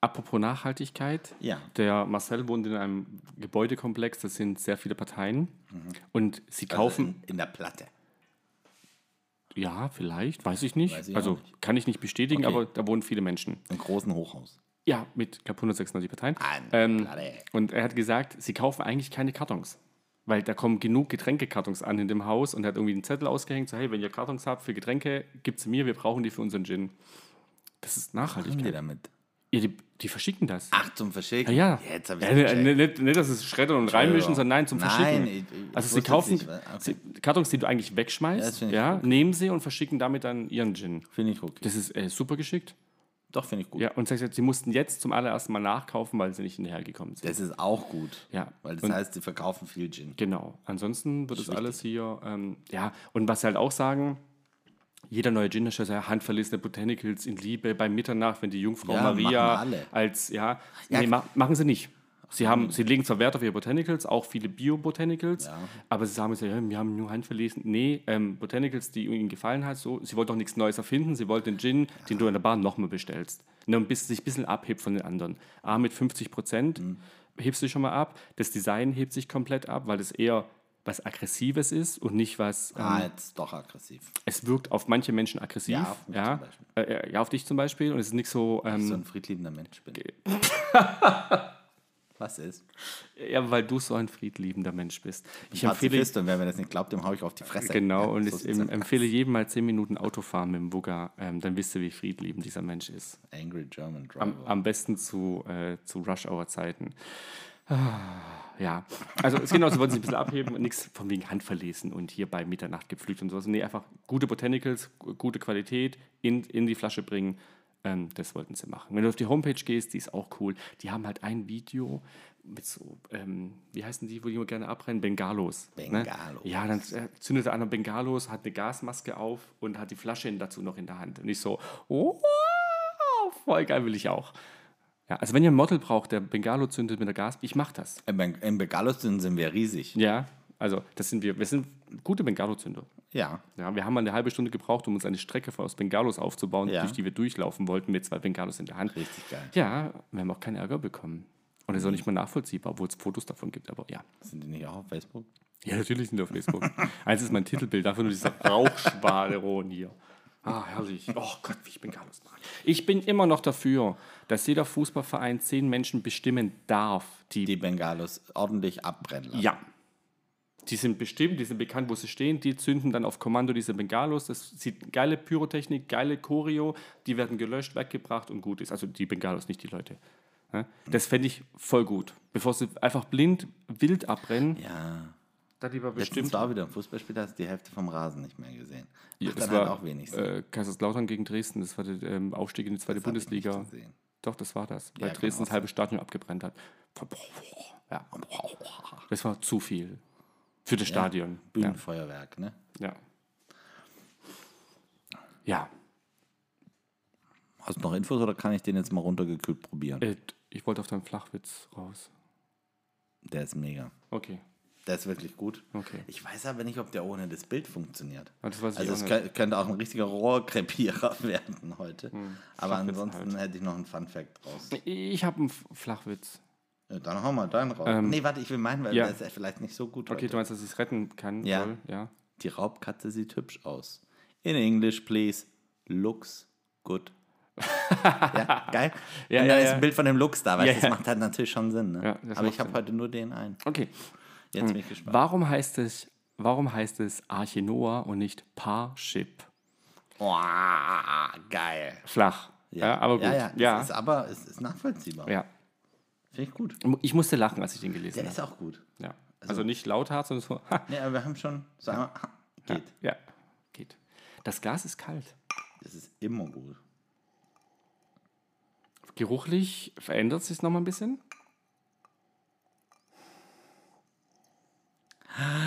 [SPEAKER 2] apropos Nachhaltigkeit.
[SPEAKER 3] Ja.
[SPEAKER 2] Der Marcel wohnt in einem Gebäudekomplex, das sind sehr viele Parteien. Und sie kaufen,
[SPEAKER 3] Mhm. Also in, in der Platte.
[SPEAKER 2] ja, vielleicht, weiß ich nicht.
[SPEAKER 3] Weiß ich
[SPEAKER 2] also
[SPEAKER 3] auch nicht.
[SPEAKER 2] kann ich nicht bestätigen,
[SPEAKER 3] Okay.
[SPEAKER 2] aber da wohnen viele Menschen.
[SPEAKER 3] Im großen Hochhaus.
[SPEAKER 2] Ja, mit ich glaub, 196 Parteien.
[SPEAKER 3] Ein
[SPEAKER 2] Ähm,
[SPEAKER 3] Platte.
[SPEAKER 2] und er hat gesagt, sie kaufen eigentlich keine Kartons. Weil da kommen genug Getränkekartons an in dem Haus und er hat irgendwie einen Zettel ausgehängt, so hey, wenn ihr Kartons habt für Getränke, gibt sie mir, wir brauchen die für unseren Gin. Das ist
[SPEAKER 3] Machen die
[SPEAKER 2] Nachhaltigkeit.
[SPEAKER 3] damit?
[SPEAKER 2] Ja, die, die verschicken das.
[SPEAKER 3] Ach, zum Verschicken?
[SPEAKER 2] Ja,
[SPEAKER 3] Jetzt habe ich
[SPEAKER 2] ja,
[SPEAKER 3] gecheckt.
[SPEAKER 2] ne- nicht, nicht, dass es schreddern und reinmischen, sondern nein, zum Verschicken.
[SPEAKER 3] Nein, ich- ich
[SPEAKER 2] also sie
[SPEAKER 3] wusste
[SPEAKER 2] kaufen
[SPEAKER 3] es nicht, weil-
[SPEAKER 2] sie- Kartons, die du eigentlich
[SPEAKER 3] Ja, das
[SPEAKER 2] wegschmeißt, ja,
[SPEAKER 3] find ich
[SPEAKER 2] nehmen sie und verschicken damit dann ihren Gin.
[SPEAKER 3] Finde ich okay.
[SPEAKER 2] Das ist äh, super geschickt.
[SPEAKER 3] Doch, finde ich gut.
[SPEAKER 2] Ja, und sie, sie mussten jetzt zum allerersten Mal nachkaufen, weil sie nicht hinterhergekommen sind.
[SPEAKER 3] Das ist auch gut.
[SPEAKER 2] Ja.
[SPEAKER 3] Weil das
[SPEAKER 2] Und-
[SPEAKER 3] heißt, sie verkaufen viel Gin.
[SPEAKER 2] Genau. Ansonsten wird es alles hier, ähm, ja, und was sie halt auch sagen, jeder neue Gin ist ja handverlesene Botanicals in Liebe bei Mitternacht, wenn die Jungfrau
[SPEAKER 3] Ja,
[SPEAKER 2] Maria
[SPEAKER 3] machen alle.
[SPEAKER 2] als, ja,
[SPEAKER 3] Ja, hm.
[SPEAKER 2] nee, ma machen sie nicht. Sie, haben, sie legen zwar Wert auf ihre Botanicals, auch viele Bio-Botanicals, aber sie sagen jetzt, ja, wir haben nur handverlesen. Nee, ähm, Botanicals, die ihnen gefallen hat, so, sie wollten doch nichts Neues erfinden, sie wollten den Gin, den du in der Bar nochmal bestellst. Ne, Und bis, sich ein bisschen abhebt von den anderen. A, mit 50 Prozent
[SPEAKER 3] Mhm.
[SPEAKER 2] hebst du dich schon mal ab, das Design hebt sich komplett ab, weil es eher was Aggressives ist und nicht was ähm,
[SPEAKER 3] Ah, jetzt doch aggressiv.
[SPEAKER 2] es wirkt auf manche Menschen aggressiv.
[SPEAKER 3] Ja, auf mich
[SPEAKER 2] ja.
[SPEAKER 3] zum Beispiel.
[SPEAKER 2] Äh, ja, auf dich zum Beispiel. Und es ist nicht so, ähm,
[SPEAKER 3] So ein friedliebender Mensch bin. Was ist?
[SPEAKER 2] ja, weil du so ein friedliebender Mensch bist. Ich empfehle,
[SPEAKER 3] Pazifist und wenn mir das nicht glaubt, dem hau ich auf die Fresse.
[SPEAKER 2] genau, und
[SPEAKER 3] so
[SPEAKER 2] ich
[SPEAKER 3] sieht's
[SPEAKER 2] em-
[SPEAKER 3] aus.
[SPEAKER 2] empfehle jedem mal 10 Minuten Autofahren mit dem Wugger. Ähm, dann wisst ihr, wie friedliebend dieser Mensch ist.
[SPEAKER 3] Angry German
[SPEAKER 2] Am,
[SPEAKER 3] Driver.
[SPEAKER 2] am besten zu, äh, zu Rush-Hour-Zeiten. Ah, Ja, also es genau, sie wollten sich ein bisschen abheben, nichts von wegen Handverlesen und hier bei Mitternacht gepflügt und sowas. Nee, einfach gute Botanicals, gu- gute Qualität in, in die Flasche bringen. Ähm, das wollten sie machen. Wenn du auf die Homepage gehst, die ist auch cool. Die haben halt ein Video mit so, ähm, wie heißen die, wo die immer gerne abrennen? Bengalos.
[SPEAKER 3] Bengalos.
[SPEAKER 2] Ne? Ja, dann äh, zündet einer Bengalos, hat eine Gasmaske auf und hat die Flasche dazu noch in der Hand. Und ich so, oh, voll geil will ich auch. Ja, also wenn ihr einen Model braucht, der Bengalo zündet mit der Gas, ich mach das.
[SPEAKER 3] Im Ben- Im Begalos sind wir riesig.
[SPEAKER 2] Ja, also das sind wir, wir sind gute Bengalo-Zünder.
[SPEAKER 3] Ja.
[SPEAKER 2] Ja, wir haben eine halbe Stunde gebraucht, um uns eine Strecke aus Bengalos aufzubauen,
[SPEAKER 3] Ja.
[SPEAKER 2] durch die wir durchlaufen wollten mit zwei Bengalos in der Hand.
[SPEAKER 3] Richtig geil.
[SPEAKER 2] Ja, wir haben auch keinen Ärger bekommen. Und das ist auch nicht mal nachvollziehbar, obwohl es Fotos davon gibt, aber ja.
[SPEAKER 3] Sind die nicht auch auf Facebook?
[SPEAKER 2] Ja, natürlich sind wir auf Facebook. Eins ist mein Titelbild, dafür nur dieser Rauchschwadron hier. Ah, herrlich. Oh Gott, wie ich bin Carlos mag. Ich bin immer noch dafür, dass jeder Fußballverein zehn Menschen bestimmen darf, die.
[SPEAKER 3] Die Bengalos ordentlich abbrennen lassen.
[SPEAKER 2] ja. Die sind bestimmt, die sind bekannt, wo sie stehen. Die zünden dann auf Kommando diese Bengalos. Das sieht geile Pyrotechnik, geile Choreo. Die werden gelöscht, weggebracht und gut ist. Also die Bengalos, nicht die Leute. Ja? Das fände ich voll gut. Bevor sie einfach blind wild abbrennen,
[SPEAKER 3] Ja.
[SPEAKER 2] da lieber
[SPEAKER 3] Bestimmt
[SPEAKER 2] bestimmt
[SPEAKER 3] war wieder ein Fußballspiel, da hast du die Hälfte vom Rasen nicht mehr gesehen.
[SPEAKER 2] Ja,
[SPEAKER 3] Ach, dann halt auch wenigstens.
[SPEAKER 2] Äh, Kaiserslautern gegen Dresden, das war der ähm, Aufstieg in die zweite
[SPEAKER 3] hab ich nicht
[SPEAKER 2] Bundesliga.
[SPEAKER 3] gesehen. genau.
[SPEAKER 2] Doch, das war das, weil
[SPEAKER 3] kann
[SPEAKER 2] Dresden
[SPEAKER 3] auch
[SPEAKER 2] das halbe Stadion abgebrannt hat. Ja. Das war zu viel. Für das Stadion. Ja.
[SPEAKER 3] Bühnenfeuerwerk, ne?
[SPEAKER 2] ja. Ja.
[SPEAKER 3] Hast du noch Infos oder kann ich den jetzt mal runtergekühlt probieren?
[SPEAKER 2] Äh, Ich wollte auf deinen Flachwitz raus.
[SPEAKER 3] Der ist mega.
[SPEAKER 2] Okay.
[SPEAKER 3] Der ist wirklich gut.
[SPEAKER 2] Okay.
[SPEAKER 3] Ich weiß aber nicht, ob der ohne das Bild funktioniert.
[SPEAKER 2] Ah, das weiß ich
[SPEAKER 3] also
[SPEAKER 2] auch
[SPEAKER 3] es
[SPEAKER 2] nicht.
[SPEAKER 3] kö- könnte auch ein richtiger Rohrkrepierer werden heute.
[SPEAKER 2] Hm,
[SPEAKER 3] aber
[SPEAKER 2] Flachwitz
[SPEAKER 3] ansonsten hätte ich noch einen Funfact draus.
[SPEAKER 2] Ich habe einen F- Flachwitz.
[SPEAKER 3] Ja, Dann hau mal deinen raus. nee, warte, ich will meinen, weil
[SPEAKER 2] Ähm, ja.
[SPEAKER 3] der ist ja vielleicht nicht so gut.
[SPEAKER 2] Okay,
[SPEAKER 3] heute.
[SPEAKER 2] du meinst, dass ich es retten kann?
[SPEAKER 3] Ja.
[SPEAKER 2] soll? ja.
[SPEAKER 3] Die Raubkatze sieht hübsch aus. In English, please. Looks good. ja, geil.
[SPEAKER 2] Ja,
[SPEAKER 3] Und
[SPEAKER 2] ja,
[SPEAKER 3] da ist
[SPEAKER 2] ja.
[SPEAKER 3] ein Bild von dem Looks da, weil
[SPEAKER 2] Ja, ja.
[SPEAKER 3] das macht halt natürlich schon Sinn. Ne?
[SPEAKER 2] Ja, das
[SPEAKER 3] Aber
[SPEAKER 2] macht
[SPEAKER 3] ich
[SPEAKER 2] Sinn.
[SPEAKER 3] habe
[SPEAKER 2] Hm.
[SPEAKER 3] heute nur den einen.
[SPEAKER 2] Okay.
[SPEAKER 3] Jetzt bin ich gespannt.
[SPEAKER 2] Warum heißt es, warum heißt es Arche Noah und nicht Parship?
[SPEAKER 3] Boah, geil.
[SPEAKER 2] Flach. Ja, aber gut.
[SPEAKER 3] Ja, ja.
[SPEAKER 2] Ja,
[SPEAKER 3] Es Ist aber es ist nachvollziehbar.
[SPEAKER 2] Ja.
[SPEAKER 3] Finde ich gut.
[SPEAKER 2] Ich musste lachen, als ich den gelesen
[SPEAKER 3] Der
[SPEAKER 2] habe.
[SPEAKER 3] ist auch gut.
[SPEAKER 2] Ja. Also, nicht lauthart, sondern so. Ha,
[SPEAKER 3] Nee, aber wir haben schon, sagen wir, ha, geht.
[SPEAKER 2] ja, geht. Das Glas ist kalt.
[SPEAKER 3] Das ist immer gut.
[SPEAKER 2] Geruchlich verändert sich nochmal ein bisschen.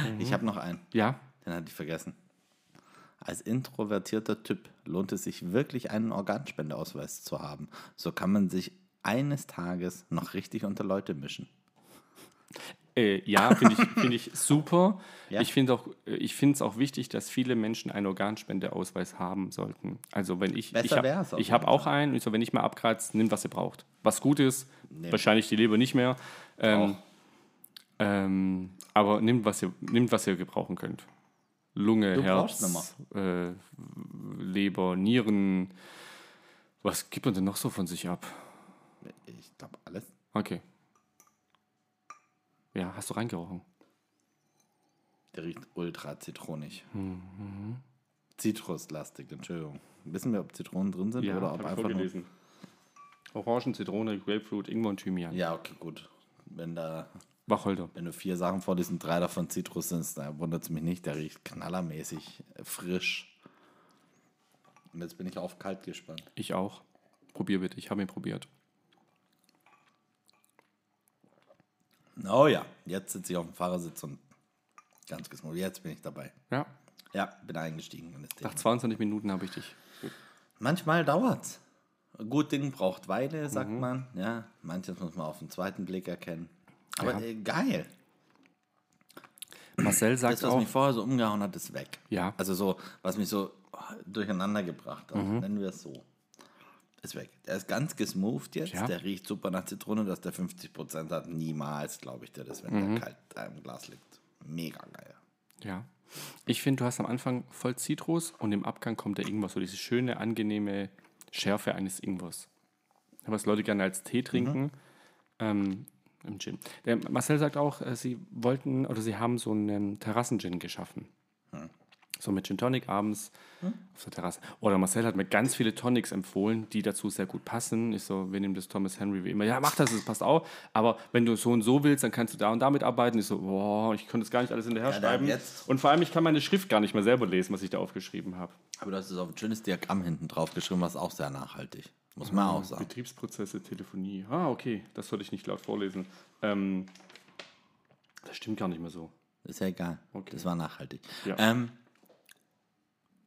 [SPEAKER 2] Mhm.
[SPEAKER 3] Ich habe noch einen.
[SPEAKER 2] Ja.
[SPEAKER 3] Den hatte ich vergessen. Als introvertierter Typ lohnt es sich wirklich, einen Organspendeausweis zu haben. So kann man sich eines Tages noch richtig unter Leute mischen.
[SPEAKER 2] Äh, ja, finde ich, find ich super.
[SPEAKER 3] Ja.
[SPEAKER 2] Ich finde auch, äh, ich finde es auch wichtig, dass viele Menschen einen Organspendeausweis haben sollten. Also wenn ich,
[SPEAKER 3] Besser
[SPEAKER 2] ich habe
[SPEAKER 3] wär's auf
[SPEAKER 2] ich hab
[SPEAKER 3] jeden Fall.
[SPEAKER 2] auch einen. Ich so, wenn ich mal abkratze, nimm was ihr braucht. Was gut ist,
[SPEAKER 3] Nimm.
[SPEAKER 2] wahrscheinlich die Leber nicht mehr. Ähm,
[SPEAKER 3] Auch.
[SPEAKER 2] ähm, aber nimmt was ihr, nimmt was ihr gebrauchen könnt. Lunge,
[SPEAKER 3] Du brauchst
[SPEAKER 2] Herz, äh, Leber, Nieren. Was gibt man denn noch so von sich ab?
[SPEAKER 3] Ich glaube, alles.
[SPEAKER 2] Okay. Ja, hast du reingerochen?
[SPEAKER 3] Der riecht ultra zitronig.
[SPEAKER 2] Mhm.
[SPEAKER 3] Zitruslastig, Entschuldigung. Wissen wir, ob Zitronen drin sind oder ob einfach nur.
[SPEAKER 2] Orangen, Zitrone, Grapefruit, Ingwer und Thymian.
[SPEAKER 3] Ja, okay, gut. Wenn, da,
[SPEAKER 2] Wacholder.
[SPEAKER 3] wenn du vier Sachen vorliest und drei davon Zitrus sind, dann wundert es mich nicht. Der riecht knallermäßig äh, frisch. Und jetzt bin ich auf kalt gespannt.
[SPEAKER 2] Ich auch. Probier bitte. Ich habe ihn probiert.
[SPEAKER 3] Oh ja, jetzt sitze ich auf dem Fahrersitz und ganz gesmollt. Jetzt bin ich dabei.
[SPEAKER 2] Ja.
[SPEAKER 3] Ja, bin eingestiegen in das Thema.
[SPEAKER 2] Nach 22 Minuten habe ich dich.
[SPEAKER 3] Manchmal dauert's. Gut Ding braucht Weile, sagt man. Ja, manches muss man auf den zweiten Blick erkennen. Aber
[SPEAKER 2] Ja.
[SPEAKER 3] äh, geil.
[SPEAKER 2] Marcel sagt
[SPEAKER 3] Das, was
[SPEAKER 2] auch.
[SPEAKER 3] mich vorher so umgehauen hat, ist weg.
[SPEAKER 2] Ja.
[SPEAKER 3] Also so, was mich so oh, durcheinander gebracht hat,
[SPEAKER 2] Mhm.
[SPEAKER 3] nennen wir es so. Ist weg. Der ist ganz gesmoothed jetzt.
[SPEAKER 2] Ja.
[SPEAKER 3] Der riecht super nach Zitrone, dass der 50% hat. Niemals glaube ich dir das, wenn
[SPEAKER 2] Mhm.
[SPEAKER 3] der kalt da im Glas liegt. Mega geil.
[SPEAKER 2] Ja. Ich finde, du hast am Anfang voll Zitrus und im Abgang kommt der Ingwer. So diese schöne, angenehme Schärfe eines Ingwers. Was Leute gerne als
[SPEAKER 3] Mhm.
[SPEAKER 2] Tee trinken. Ähm, Im Gin. Der Marcel sagt auch, äh, sie wollten oder sie haben so einen ähm, Terrassen-Gin geschaffen.
[SPEAKER 3] Hm.
[SPEAKER 2] So mit Gin Tonic abends auf der Terrasse. Oder Marcel hat mir ganz viele Tonics empfohlen, die dazu sehr gut passen. Ich so, wir nehmen das Thomas Henry wie immer. Ja, mach das, das passt auch. Aber wenn du so und so willst, dann kannst du da und damit arbeiten. Ich so, boah, ich könnte das gar nicht alles hinterher
[SPEAKER 3] Ja, dann
[SPEAKER 2] schreiben.
[SPEAKER 3] jetzt.
[SPEAKER 2] Und vor allem, ich kann meine Schrift gar nicht mehr selber lesen, was ich da aufgeschrieben habe.
[SPEAKER 3] Aber du hast es auf ein schönes Diagramm hinten drauf geschrieben, was auch sehr nachhaltig. Muss
[SPEAKER 2] Mhm.
[SPEAKER 3] man auch sagen.
[SPEAKER 2] Betriebsprozesse, Telefonie. Ah, okay, das sollte ich nicht laut vorlesen. Ähm, das stimmt gar nicht mehr so.
[SPEAKER 3] Ist ja egal.
[SPEAKER 2] Okay.
[SPEAKER 3] Das war nachhaltig.
[SPEAKER 2] Ja.
[SPEAKER 3] Ähm,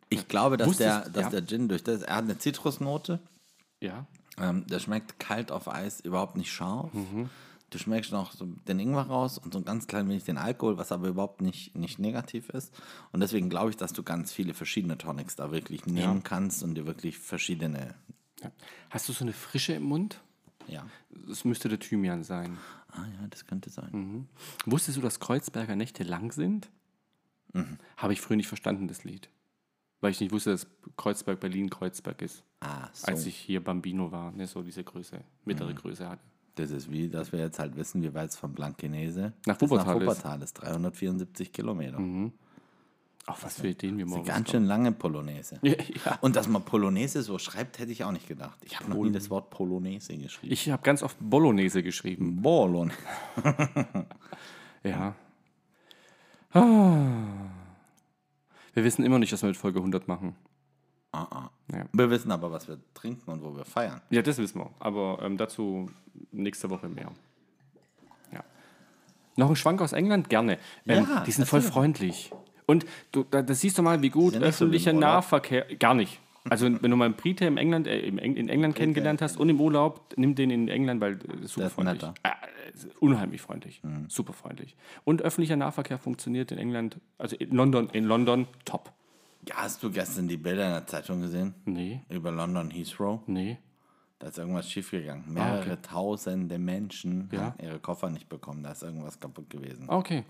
[SPEAKER 3] ich glaube, dass,
[SPEAKER 2] Wusstest-
[SPEAKER 3] der, dass
[SPEAKER 2] ja.
[SPEAKER 3] der Gin durch das. Er hat eine Zitrusnote.
[SPEAKER 2] Ja,
[SPEAKER 3] Ähm, der schmeckt kalt auf Eis überhaupt nicht scharf.
[SPEAKER 2] Mhm.
[SPEAKER 3] Du schmeckst noch so den Ingwer raus und so ein ganz klein wenig den Alkohol, was aber überhaupt nicht, nicht negativ ist. Und deswegen glaube ich, dass du ganz viele verschiedene Tonics da wirklich nehmen kannst und dir wirklich verschiedene.
[SPEAKER 2] ja. Hast du so eine Frische im Mund?
[SPEAKER 3] Ja.
[SPEAKER 2] Das müsste der Thymian sein.
[SPEAKER 3] Ah ja, das könnte sein.
[SPEAKER 2] Mhm. Wusstest du, dass Kreuzberger Nächte lang sind? Habe ich früher nicht verstanden, das Lied. Weil ich nicht wusste, dass Kreuzberg Berlin Kreuzberg ist.
[SPEAKER 3] Ah, so.
[SPEAKER 2] Als ich hier Bambino war, ne, so diese Größe, mittlere Größe hatte.
[SPEAKER 3] Das ist wie, dass wir jetzt halt wissen, wie weit es von Blankenese
[SPEAKER 2] Nach
[SPEAKER 3] bis
[SPEAKER 2] Wuppertal ist. Mhm.
[SPEAKER 3] nach Wuppertal ist. 374 Kilometer.
[SPEAKER 2] Auch was für Ideen wir morgen
[SPEAKER 3] Ganz schön lange Polonaise.
[SPEAKER 2] Ja, ja.
[SPEAKER 3] Und dass man Polonaise so schreibt, hätte ich auch nicht gedacht. Ich habe noch nie das Wort Polonaise geschrieben.
[SPEAKER 2] Ich habe ganz oft Bolognese geschrieben.
[SPEAKER 3] Bolon.
[SPEAKER 2] Ja. Ah. Wir wissen immer nicht, was wir mit Folge 100 machen.
[SPEAKER 3] Wir wissen aber, was wir trinken und wo wir feiern.
[SPEAKER 2] Ja, das wissen wir. Aber ähm, dazu nächste Woche mehr. Ja. Noch ein Schwank aus England? Gerne. Ähm,
[SPEAKER 3] Ja,
[SPEAKER 2] die sind voll
[SPEAKER 3] erzähl.
[SPEAKER 2] freundlich. Und du, da, das siehst du mal, wie gut
[SPEAKER 3] sind nicht so wie im
[SPEAKER 2] öffentlicher
[SPEAKER 3] Urlaub.
[SPEAKER 2] Nahverkehr. Gar nicht. Also wenn du mal einen Brite im England, äh, im Eng, in England kennengelernt hast und im Urlaub, nimm den in England, weil äh, super
[SPEAKER 3] ist
[SPEAKER 2] freundlich.
[SPEAKER 3] netter. Mhm.
[SPEAKER 2] Äh, unheimlich freundlich. Super freundlich. Und öffentlicher Nahverkehr funktioniert in England, also in London, in London top.
[SPEAKER 3] Ja, hast du gestern die Bilder in der Zeitung gesehen?
[SPEAKER 2] Nee,
[SPEAKER 3] Über London Heathrow?
[SPEAKER 2] nee.
[SPEAKER 3] Da ist irgendwas schiefgegangen.
[SPEAKER 2] Ah, okay.
[SPEAKER 3] Mehrere tausende Menschen
[SPEAKER 2] Ja.
[SPEAKER 3] haben ihre Koffer nicht bekommen. Da ist irgendwas kaputt gewesen.
[SPEAKER 2] Ah, Okay,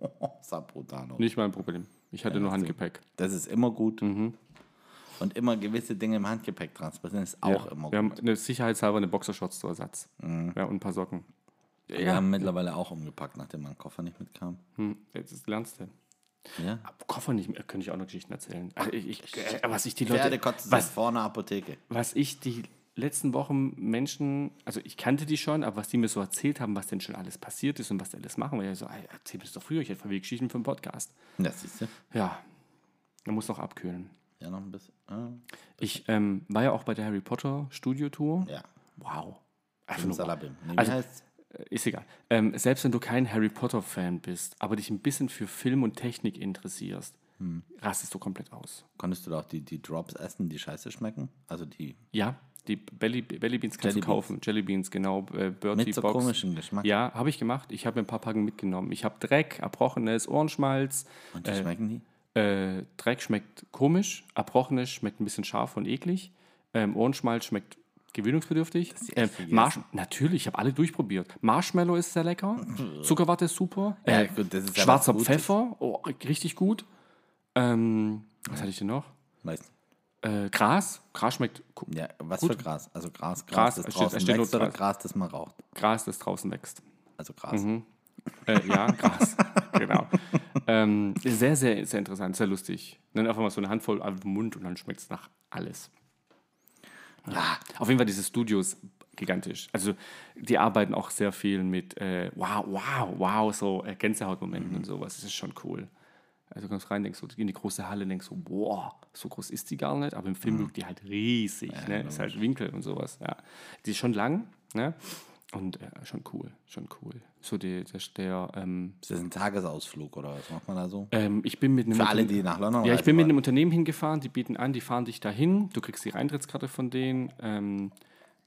[SPEAKER 2] Ah.
[SPEAKER 3] Sabrutano.
[SPEAKER 2] nicht mein Problem. Ich hatte nur Handgepäck.
[SPEAKER 3] Das ist immer gut.
[SPEAKER 2] Mhm.
[SPEAKER 3] Und immer gewisse Dinge im Handgepäck transportieren ist auch
[SPEAKER 2] ja.
[SPEAKER 3] immer gut. Mhm.
[SPEAKER 2] Wir haben eine, sicherheitshalber eine Boxershorts zu Ersatz. Ja, und ein paar Socken.
[SPEAKER 3] Wir haben mittlerweile auch umgepackt, nachdem mein Koffer nicht mitkam.
[SPEAKER 2] Hm, jetzt lernst du.
[SPEAKER 3] Ja.
[SPEAKER 2] Koffer nicht mehr, könnte ich auch noch Geschichten erzählen. Also ich, ich, äh, was ich die Leute,
[SPEAKER 3] Pferdekotze sind
[SPEAKER 2] was,
[SPEAKER 3] vor einer Apotheke.
[SPEAKER 2] was ich die letzten Wochen Menschen, also ich kannte die schon, aber was die mir so erzählt haben, was denn schon alles passiert ist und was die alles machen, weil ich so, ey, erzähl mir das doch früher, ich hätte voll viele Geschichten für einen Podcast.
[SPEAKER 3] Das siehst du.
[SPEAKER 2] Ja, man muss noch abkühlen.
[SPEAKER 3] Ja, noch ein bisschen. Ah,
[SPEAKER 2] Ich ähm, war ja auch bei der Harry Potter Studiotour.
[SPEAKER 3] Ja.
[SPEAKER 2] Wow. Einfach
[SPEAKER 3] Im
[SPEAKER 2] nur, wow.
[SPEAKER 3] Salabim. Nee, wie
[SPEAKER 2] Also-
[SPEAKER 3] heißt
[SPEAKER 2] ist egal. Ähm, selbst wenn du kein Harry Potter-Fan bist, aber dich ein bisschen für Film und Technik interessierst,
[SPEAKER 3] Hm.
[SPEAKER 2] rastest du komplett aus.
[SPEAKER 3] Konntest du da auch die, die Drops essen, die scheiße schmecken? Also die
[SPEAKER 2] Ja, die Belly, Belly Beans kannst
[SPEAKER 3] Jelly
[SPEAKER 2] du kaufen. Jelly Beans, genau. Äh, Birdie
[SPEAKER 3] mit so
[SPEAKER 2] Box.
[SPEAKER 3] komischem Geschmack.
[SPEAKER 2] Ja, habe ich gemacht. Ich habe mir ein paar Packen mitgenommen. Ich habe Dreck, Erbrochenes, Ohrenschmalz.
[SPEAKER 3] Und die schmecken die?
[SPEAKER 2] Äh, Dreck schmeckt komisch, Erbrochenes schmeckt ein bisschen scharf und eklig. Ähm, Ohrenschmalz schmeckt gewöhnungsbedürftig.
[SPEAKER 3] echt
[SPEAKER 2] Ähm,
[SPEAKER 3] vergessen.
[SPEAKER 2] Marsh Natürlich, ich habe alle durchprobiert. Marshmallow ist sehr lecker. Zuckerwatte ist super.
[SPEAKER 3] Mhm. Ja,
[SPEAKER 2] Äh,
[SPEAKER 3] gut, das ist ja was
[SPEAKER 2] schwarzer
[SPEAKER 3] Gutes.
[SPEAKER 2] Pfeffer, oh, richtig gut. Ähm, was hatte ich denn noch?
[SPEAKER 3] Weißt du?
[SPEAKER 2] Äh, Gras. Gras schmeckt ko-
[SPEAKER 3] Ja, was für Gras? Also Gras,
[SPEAKER 2] Gras,
[SPEAKER 3] Gras, das
[SPEAKER 2] es steht-
[SPEAKER 3] draußen
[SPEAKER 2] es steht nur
[SPEAKER 3] wächst oder
[SPEAKER 2] Gras.
[SPEAKER 3] Gras, das man raucht.
[SPEAKER 2] Gras, das draußen wächst.
[SPEAKER 3] Also Gras.
[SPEAKER 2] Äh, ja, Gras. genau. Ähm, sehr, sehr, sehr interessant, sehr lustig. Dann einfach mal so eine Handvoll auf den Mund und dann schmeckt es nach alles. Ja, auf jeden Fall diese Studios gigantisch. Also die arbeiten auch sehr viel mit äh, wow, wow, wow, so äh, Gänsehautmomenten
[SPEAKER 3] Mhm.
[SPEAKER 2] und sowas. Das ist schon cool. Also du kommst rein, denkst so, in die große Halle, denkst so, wow, so groß ist die gar nicht, aber im
[SPEAKER 3] Mhm.
[SPEAKER 2] Film wirkt die halt riesig, ne? Ist halt Winkel und sowas, ja. Die ist schon lang, ne? Und äh, schon cool, schon cool. So die, der, der ähm,
[SPEAKER 3] Ist das ein Tagesausflug oder was macht man da so?
[SPEAKER 2] ähm, ich bin mit einem
[SPEAKER 3] Für alle,
[SPEAKER 2] Unterne-
[SPEAKER 3] die nach London
[SPEAKER 2] ja, ich
[SPEAKER 3] reisen
[SPEAKER 2] bin mit
[SPEAKER 3] wollen.
[SPEAKER 2] einem Unternehmen hingefahren, die bieten an, die fahren dich dahin, du kriegst die Eintrittskarte von denen, ähm,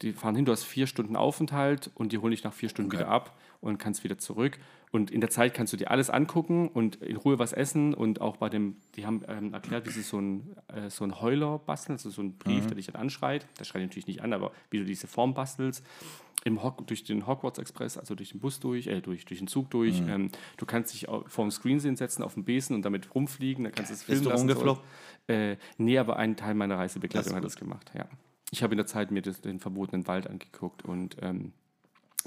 [SPEAKER 2] die fahren hin, du hast vier Stunden Aufenthalt und die holen dich nach vier Stunden wieder ab und kannst wieder zurück. Und in der Zeit kannst du dir alles angucken und in Ruhe was essen und auch bei dem, die haben ähm, erklärt, wie sie so ein, äh, so ein Heuler basteln, also so ein Brief, der dich dann anschreit. Der schreit natürlich nicht an, aber wie du diese Form bastelst im Hog durch den Hogwarts Express, also durch den Bus durch, äh, durch, durch den Zug durch. Ähm, du kannst dich au- vor dem Screen setzen, auf dem Besen und damit rumfliegen, dann kannst du es filmen
[SPEAKER 3] du
[SPEAKER 2] lassen.
[SPEAKER 3] rumgeflogen?
[SPEAKER 2] So. Äh, nee, aber ein Teil meiner Reisebegleitung
[SPEAKER 3] Das ist
[SPEAKER 2] hat das gemacht, ja. Ich habe in der Zeit mir das, den verbotenen Wald angeguckt und ähm,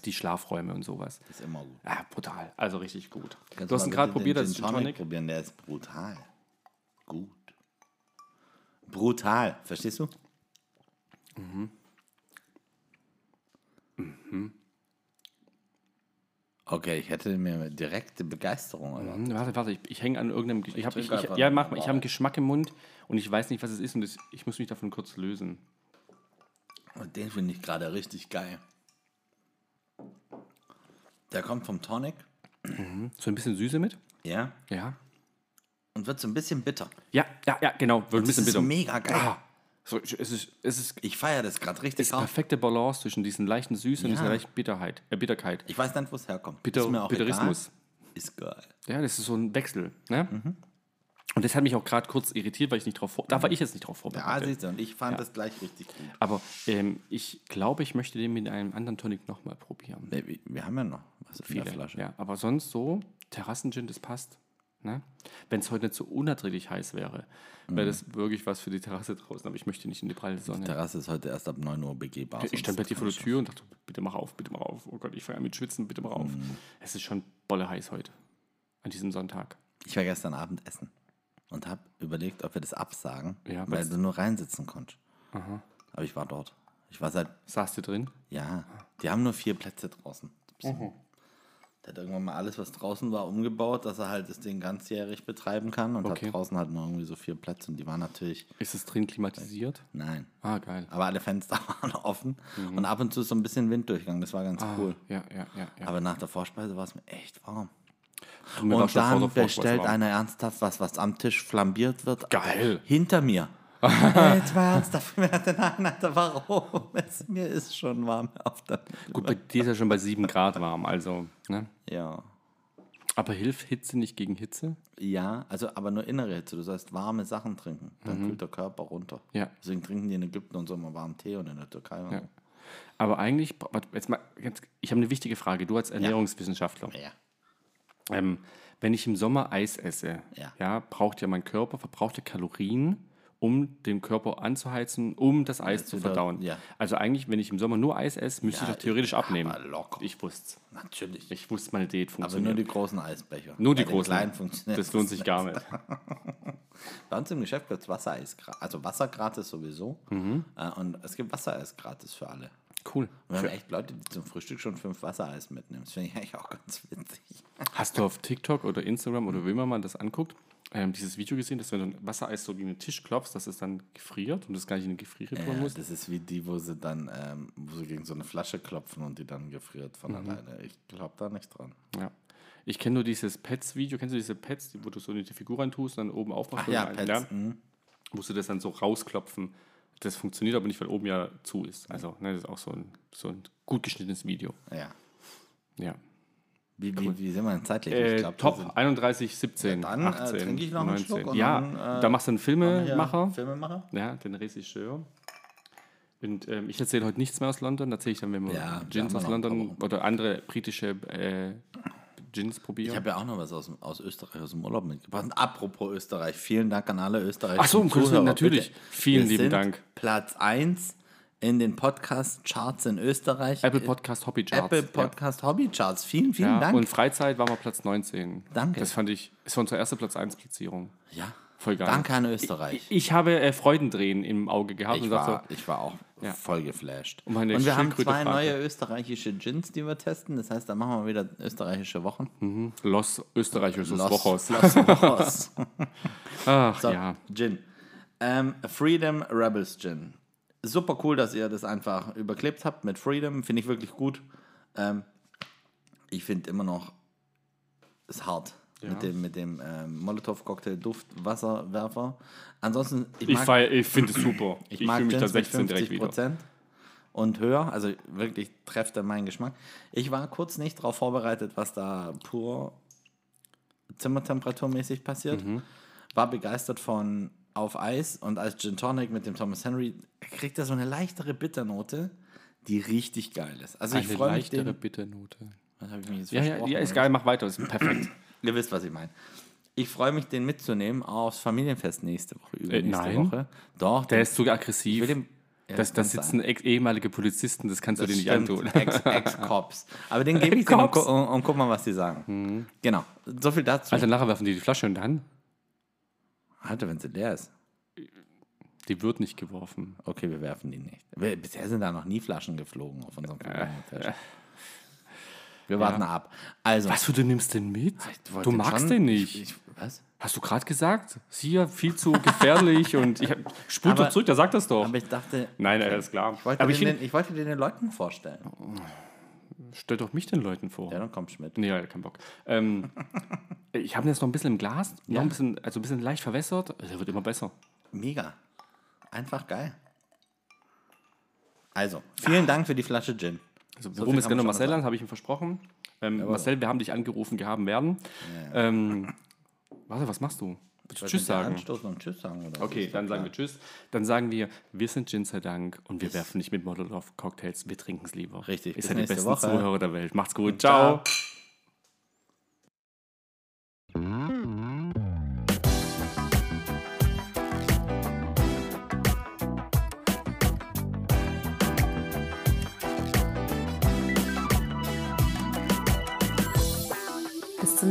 [SPEAKER 2] die Schlafräume und sowas.
[SPEAKER 3] Ist immer gut.
[SPEAKER 2] Ja, brutal, also richtig gut.
[SPEAKER 3] Kannst
[SPEAKER 2] du hast ihn
[SPEAKER 3] mal
[SPEAKER 2] gerade
[SPEAKER 3] bitte den
[SPEAKER 2] probiert, das ist
[SPEAKER 3] Gin
[SPEAKER 2] ein Tonic.
[SPEAKER 3] probieren, der ist brutal. Gut. Brutal, verstehst du?
[SPEAKER 2] Mhm.
[SPEAKER 3] Okay, ich hätte mir direkte Begeisterung. erwartet.
[SPEAKER 2] Hm, Warte, warte, ich, ich hänge an irgendeinem. Gesch- Ich hab, ich,
[SPEAKER 3] trinke
[SPEAKER 2] ich,
[SPEAKER 3] einfach
[SPEAKER 2] ja,
[SPEAKER 3] noch
[SPEAKER 2] mach
[SPEAKER 3] einen
[SPEAKER 2] mal. Ich habe einen Geschmack im Mund und ich weiß nicht, was es ist und das, ich muss mich davon kurz lösen.
[SPEAKER 3] Und den finde ich gerade richtig geil. Der kommt vom Tonic,
[SPEAKER 2] So ein bisschen Süße mit?
[SPEAKER 3] ja,
[SPEAKER 2] Ja.
[SPEAKER 3] und wird so ein bisschen bitter.
[SPEAKER 2] Ja, ja, ja, genau. Wird ein
[SPEAKER 3] Das
[SPEAKER 2] bisschen
[SPEAKER 3] ist
[SPEAKER 2] bitter.
[SPEAKER 3] mega geil.
[SPEAKER 2] Ah, so, es ist, es ist,
[SPEAKER 3] Ich feiere das gerade
[SPEAKER 2] es
[SPEAKER 3] richtig
[SPEAKER 2] ist
[SPEAKER 3] auf.
[SPEAKER 2] perfekte Balance zwischen diesen leichten Süße und dieser
[SPEAKER 3] Ja.
[SPEAKER 2] leichten Bitterheit, äh, Bitterkeit.
[SPEAKER 3] Ich weiß nicht, wo es herkommt.
[SPEAKER 2] Bitter-
[SPEAKER 3] ist mir auch
[SPEAKER 2] Bitterismus.
[SPEAKER 3] Egal. Ist geil.
[SPEAKER 2] Ja, das ist so ein Wechsel. Ne?
[SPEAKER 3] Mhm.
[SPEAKER 2] Und das hat mich auch gerade kurz irritiert, weil ich nicht drauf vor, da war ich jetzt nicht drauf
[SPEAKER 3] Der
[SPEAKER 2] vorbereitet.
[SPEAKER 3] Asis Ah, und ich fand das gleich richtig gut.
[SPEAKER 2] Aber ähm, ich glaube, ich möchte den mit einem anderen Tonic nochmal probieren.
[SPEAKER 3] Nee, wir- wir haben ja noch was in der Flasche.
[SPEAKER 2] Ja, aber sonst so, Terrassengin, das passt. Ne? Wenn es heute nicht so unerträglich heiß wäre,
[SPEAKER 3] Mhm.
[SPEAKER 2] wäre das wirklich was für die Terrasse draußen. Aber ich möchte nicht in die pralle Sonne.
[SPEAKER 3] Die Terrasse ist heute erst ab 9 Uhr begehbar.
[SPEAKER 2] Ich stand bei dir vor der Tür und dachte, bitte mach auf, bitte mach auf. Oh Gott, ich fange an mit Schwitzen, bitte mach auf.
[SPEAKER 3] Mhm.
[SPEAKER 2] Es ist schon bolle heiß heute, an diesem Sonntag.
[SPEAKER 3] Ich war gestern Abend essen und habe überlegt, ob wir das absagen,
[SPEAKER 2] Ja,
[SPEAKER 3] weil
[SPEAKER 2] was-
[SPEAKER 3] du nur reinsitzen konntest. Aber ich war dort. Ich war seit,
[SPEAKER 2] Saß du drin?
[SPEAKER 3] ja, die haben nur vier Plätze draußen.
[SPEAKER 2] Mhm.
[SPEAKER 3] Der hat irgendwann mal alles, was draußen war, umgebaut, dass er halt das Ding ganzjährig betreiben kann und
[SPEAKER 2] Okay.
[SPEAKER 3] hat draußen halt nur irgendwie so vier Plätze und die waren natürlich,
[SPEAKER 2] Ist es drin klimatisiert?
[SPEAKER 3] nein,
[SPEAKER 2] Ah, geil.
[SPEAKER 3] aber alle Fenster waren offen
[SPEAKER 2] Mhm. Ah.
[SPEAKER 3] und ab und zu ist so ein bisschen Winddurchgang, das war ganz cool.
[SPEAKER 2] Ja, ja, ja. ja.
[SPEAKER 3] Aber nach der Vorspeise war es mir echt warm.
[SPEAKER 2] Und mir war
[SPEAKER 3] Und
[SPEAKER 2] schon vor der
[SPEAKER 3] dann
[SPEAKER 2] Vorfreude
[SPEAKER 3] bestellt
[SPEAKER 2] warm.
[SPEAKER 3] einer ernsthaft was, was am Tisch flambiert wird.
[SPEAKER 2] Geil.
[SPEAKER 3] Hinter mir. Ey, Jetzt war ernsthaft. Mir hat der Nacken, Alter, warum? Es, mir ist schon warm auf der.
[SPEAKER 2] Gut, bei dir ist ja schon bei 7 Grad warm, also. Ne?
[SPEAKER 3] Ja.
[SPEAKER 2] Aber hilft Hitze nicht gegen Hitze?
[SPEAKER 3] Ja, also aber nur innere Hitze. Du sollst warme Sachen trinken. Dann kühlt der Körper runter.
[SPEAKER 2] Mhm. Ja.
[SPEAKER 3] Deswegen trinken die in Ägypten und so immer warmen Tee und in der Türkei. Und
[SPEAKER 2] Ja. Aber eigentlich, bra- warte, jetzt mal, jetzt, ich habe eine wichtige Frage. Du als Ernährungswissenschaftler,
[SPEAKER 3] So. ja.
[SPEAKER 2] ähm, wenn ich im Sommer Eis esse,
[SPEAKER 3] Ja.
[SPEAKER 2] braucht ja mein Körper verbrauchte Kalorien, um den Körper anzuheizen, um das Eis zu
[SPEAKER 3] wieder-
[SPEAKER 2] verdauen.
[SPEAKER 3] ja.
[SPEAKER 2] Also eigentlich, wenn ich im Sommer nur Eis esse, müsste ich
[SPEAKER 3] Ja,
[SPEAKER 2] doch theoretisch abnehmen.
[SPEAKER 3] aber locker.
[SPEAKER 2] Ich wusste
[SPEAKER 3] Natürlich.
[SPEAKER 2] Ich wusste, meine Diät
[SPEAKER 3] aber nur
[SPEAKER 2] funktioniert.
[SPEAKER 3] die großen Eisbecher.
[SPEAKER 2] Nur die
[SPEAKER 3] Bei den
[SPEAKER 2] großen.
[SPEAKER 3] Kleinen funktioniert
[SPEAKER 2] das lohnt sich gar nicht.
[SPEAKER 3] Bei uns im Geschäft gibt es Wassereis gratis. Also Wasser gratis sowieso.
[SPEAKER 2] Mhm.
[SPEAKER 3] Äh, Und es gibt Wassereis gratis für alle.
[SPEAKER 2] Cool.
[SPEAKER 3] Und wir haben echt Leute, die zum Frühstück schon fünf Wassereis mitnehmen. Das finde ich eigentlich auch ganz witzig.
[SPEAKER 2] Hast du auf TikTok oder Instagram oder wem man das anguckt, ähm, dieses Video gesehen, dass wenn du ein Wassereis so gegen den Tisch klopfst, dass es dann gefriert und das gar nicht in den Gefriere tun
[SPEAKER 3] Ja,
[SPEAKER 2] musst?
[SPEAKER 3] das ist wie die, wo sie dann ähm, wo sie gegen so eine Flasche klopfen und die dann gefriert
[SPEAKER 2] Mhm.
[SPEAKER 3] von alleine. Ich glaube da nicht dran.
[SPEAKER 2] Ja. Ich kenne nur dieses Pets-Video. Kennst du diese Pets, die- wo du so in die Figur reintust und dann oben aufmachst?
[SPEAKER 3] Ach ja,
[SPEAKER 2] und
[SPEAKER 3] Pets. mhm.
[SPEAKER 2] Musst du das dann so rausklopfen. Das funktioniert aber nicht, weil oben ja zu ist. Also, ne, das ist auch so ein, so ein gut geschnittenes Video.
[SPEAKER 3] Ja.
[SPEAKER 2] Ja.
[SPEAKER 3] Wie, wie, wie sind wir in zeitlich?
[SPEAKER 2] Äh,
[SPEAKER 3] glaub, wir
[SPEAKER 2] top
[SPEAKER 3] sind-
[SPEAKER 2] 31, 17,
[SPEAKER 3] Ja, dann, äh,
[SPEAKER 2] 18,
[SPEAKER 3] trinke ich noch einen
[SPEAKER 2] 19.
[SPEAKER 3] Schluck und
[SPEAKER 2] ja,
[SPEAKER 3] dann, äh,
[SPEAKER 2] da machst du einen
[SPEAKER 3] ja,
[SPEAKER 2] Filmemacher.
[SPEAKER 3] Filmemacher?
[SPEAKER 2] Ja, den Regisseur. Und ähm, ich erzähle heute nichts mehr aus London. Erzähle ich dann, wenn wir Gins
[SPEAKER 3] Ja, da haben wir
[SPEAKER 2] aus
[SPEAKER 3] noch ein paar
[SPEAKER 2] London oder andere britische äh, Gins
[SPEAKER 3] Ich
[SPEAKER 2] probieren.
[SPEAKER 3] habe ja auch noch was aus, dem- aus Österreich, aus dem Urlaub mitgebracht. Und apropos Österreich, vielen Dank an alle Österreicher.
[SPEAKER 2] Ach so, um Gottes Willen, natürlich. Vielen
[SPEAKER 3] Wir
[SPEAKER 2] lieben
[SPEAKER 3] sind
[SPEAKER 2] Dank.
[SPEAKER 3] Platz 1 in den Podcast-Charts in Österreich.
[SPEAKER 2] Apple Podcast Hobby Charts.
[SPEAKER 3] Apple Podcast Hobby Charts. Vielen, vielen
[SPEAKER 2] ja. Ja,
[SPEAKER 3] Dank.
[SPEAKER 2] Und Freizeit waren wir Platz 19.
[SPEAKER 3] Danke.
[SPEAKER 2] Das fand ich, ist unsere erste Platz 1 Platzierung.
[SPEAKER 3] ja,
[SPEAKER 2] Voll geil.
[SPEAKER 3] Danke an Österreich.
[SPEAKER 2] Ich habe äh, Freudendrehen im Auge gehabt
[SPEAKER 3] Ich,
[SPEAKER 2] und
[SPEAKER 3] war,
[SPEAKER 2] dachte,
[SPEAKER 3] ich war auch
[SPEAKER 2] Ja.
[SPEAKER 3] voll geflasht.
[SPEAKER 2] Und meine
[SPEAKER 3] und wir haben
[SPEAKER 2] Schildkröte
[SPEAKER 3] zwei
[SPEAKER 2] fragte.
[SPEAKER 3] neue österreichische Gins, die wir testen. Das heißt, da machen wir wieder österreichische Wochen.
[SPEAKER 2] so, Los Österreichisches
[SPEAKER 3] Los-
[SPEAKER 2] Wochos.
[SPEAKER 3] Los Wochos.
[SPEAKER 2] Ach
[SPEAKER 3] So,
[SPEAKER 2] ja.
[SPEAKER 3] Gin. Ähm, Freedom Rebels Gin. Super cool, dass ihr das einfach überklebt habt mit Freedom. Finde ich wirklich gut. Ähm, ich finde immer noch, ist hart. Mit dem, mit dem ähm, Molotow-Cocktail-Duftwasserwerfer. Ansonsten, ich,
[SPEAKER 2] Ich,
[SPEAKER 3] mag,
[SPEAKER 2] feier- ich finde es super. Ich,
[SPEAKER 3] ich mag
[SPEAKER 2] fühle mich da
[SPEAKER 3] Gins mit
[SPEAKER 2] 16 direkt wieder.
[SPEAKER 3] Prozent und höher. Also wirklich trefft er meinen Geschmack. Ich war kurz nicht darauf vorbereitet, was da pur zimmertemperaturmäßig passiert.
[SPEAKER 2] Mhm.
[SPEAKER 3] War begeistert von Auf Eis und als Gin Tonic mit dem Thomas Henry kriegt er so eine leichtere Bitternote, die richtig geil ist. Also ich
[SPEAKER 2] Eine
[SPEAKER 3] freue mich
[SPEAKER 2] leichtere
[SPEAKER 3] den,
[SPEAKER 2] Bitternote.
[SPEAKER 3] was hab ich mich jetzt
[SPEAKER 2] Ja, ja,
[SPEAKER 3] versprochen?
[SPEAKER 2] ja, ist geil, mach weiter, ist perfekt.
[SPEAKER 3] Ihr wisst, was ich meine. Ich freue mich, den mitzunehmen aufs Familienfest nächste Woche. Übernächste
[SPEAKER 2] Äh, nein.
[SPEAKER 3] Woche. Doch,
[SPEAKER 2] Der ist sogar
[SPEAKER 3] will
[SPEAKER 2] aggressiv.
[SPEAKER 3] dem- Ja,
[SPEAKER 2] das, das
[SPEAKER 3] kann's
[SPEAKER 2] sitzen
[SPEAKER 3] sein.
[SPEAKER 2] ex ehemalige Polizisten, das kannst du dir nicht
[SPEAKER 3] Stimmt,
[SPEAKER 2] antun.
[SPEAKER 3] Ex- Ex-Cops. Aber den gebe ich denen und, gu
[SPEAKER 2] Cops.
[SPEAKER 3] und, und guck mal, was die sagen.
[SPEAKER 2] Mhm.
[SPEAKER 3] Genau. So viel dazu.
[SPEAKER 2] Alter, nachher werfen die die Flasche und dann?
[SPEAKER 3] Alter, wenn sie leer ist.
[SPEAKER 2] Die wird nicht geworfen.
[SPEAKER 3] Okay, wir werfen die nicht. Wir, bisher sind da noch nie Flaschen geflogen auf
[SPEAKER 2] Äh.
[SPEAKER 3] unserem Familienfest. Wir warten ab. Also,
[SPEAKER 2] Was, du nimmst den mit?
[SPEAKER 3] ich wollte
[SPEAKER 2] Du magst
[SPEAKER 3] schon-
[SPEAKER 2] den nicht.
[SPEAKER 3] Ich, ich, was?
[SPEAKER 2] Hast du gerade gesagt? Ist hier viel zu gefährlich und ich hab, spult
[SPEAKER 3] Aber-
[SPEAKER 2] doch zurück, der sagt das doch.
[SPEAKER 3] Aber ich dachte,
[SPEAKER 2] Nein, ja, ist klar.
[SPEAKER 3] ich wollte,
[SPEAKER 2] aber ich
[SPEAKER 3] den,
[SPEAKER 2] find, Oh.
[SPEAKER 3] den, ich wollte den den Leuten vorstellen.
[SPEAKER 2] stell doch mich den Leuten vor.
[SPEAKER 3] Ja, dann komm Schmidt.
[SPEAKER 2] Nee, ja, kein Bock. Ähm, ich habe das noch ein bisschen im Glas, noch ein bisschen, also ein bisschen leicht verwässert. Der wird immer besser.
[SPEAKER 3] Mega. Einfach geil. Also, vielen Dank für die Flasche Gin.
[SPEAKER 2] Also,
[SPEAKER 3] So
[SPEAKER 2] worum
[SPEAKER 3] viel
[SPEAKER 2] es
[SPEAKER 3] kann
[SPEAKER 2] genau
[SPEAKER 3] man schon
[SPEAKER 2] Marcel
[SPEAKER 3] sagen.
[SPEAKER 2] an, habe ich ihm versprochen. Ähm, Marcel, wir haben dich angerufen gehaben werden. Ähm, warte, was machst du? Willst du Tschüss
[SPEAKER 3] Wollen wir
[SPEAKER 2] sagen?
[SPEAKER 3] Anstoßen und Tschüss sagen. Oder
[SPEAKER 2] Okay, dann sagen wir Tschüss. Dann sagen wir, wir sind Gin sei Dank und wir werfen nicht mit Molotov-Cocktails, wir trinken es lieber.
[SPEAKER 3] Richtig, bis
[SPEAKER 2] Ist ja die
[SPEAKER 3] nächste
[SPEAKER 2] besten
[SPEAKER 3] Woche.
[SPEAKER 2] Zuhörer der Welt. Macht's gut.
[SPEAKER 3] Ciao.
[SPEAKER 2] Ciao.
[SPEAKER 1] Bis zum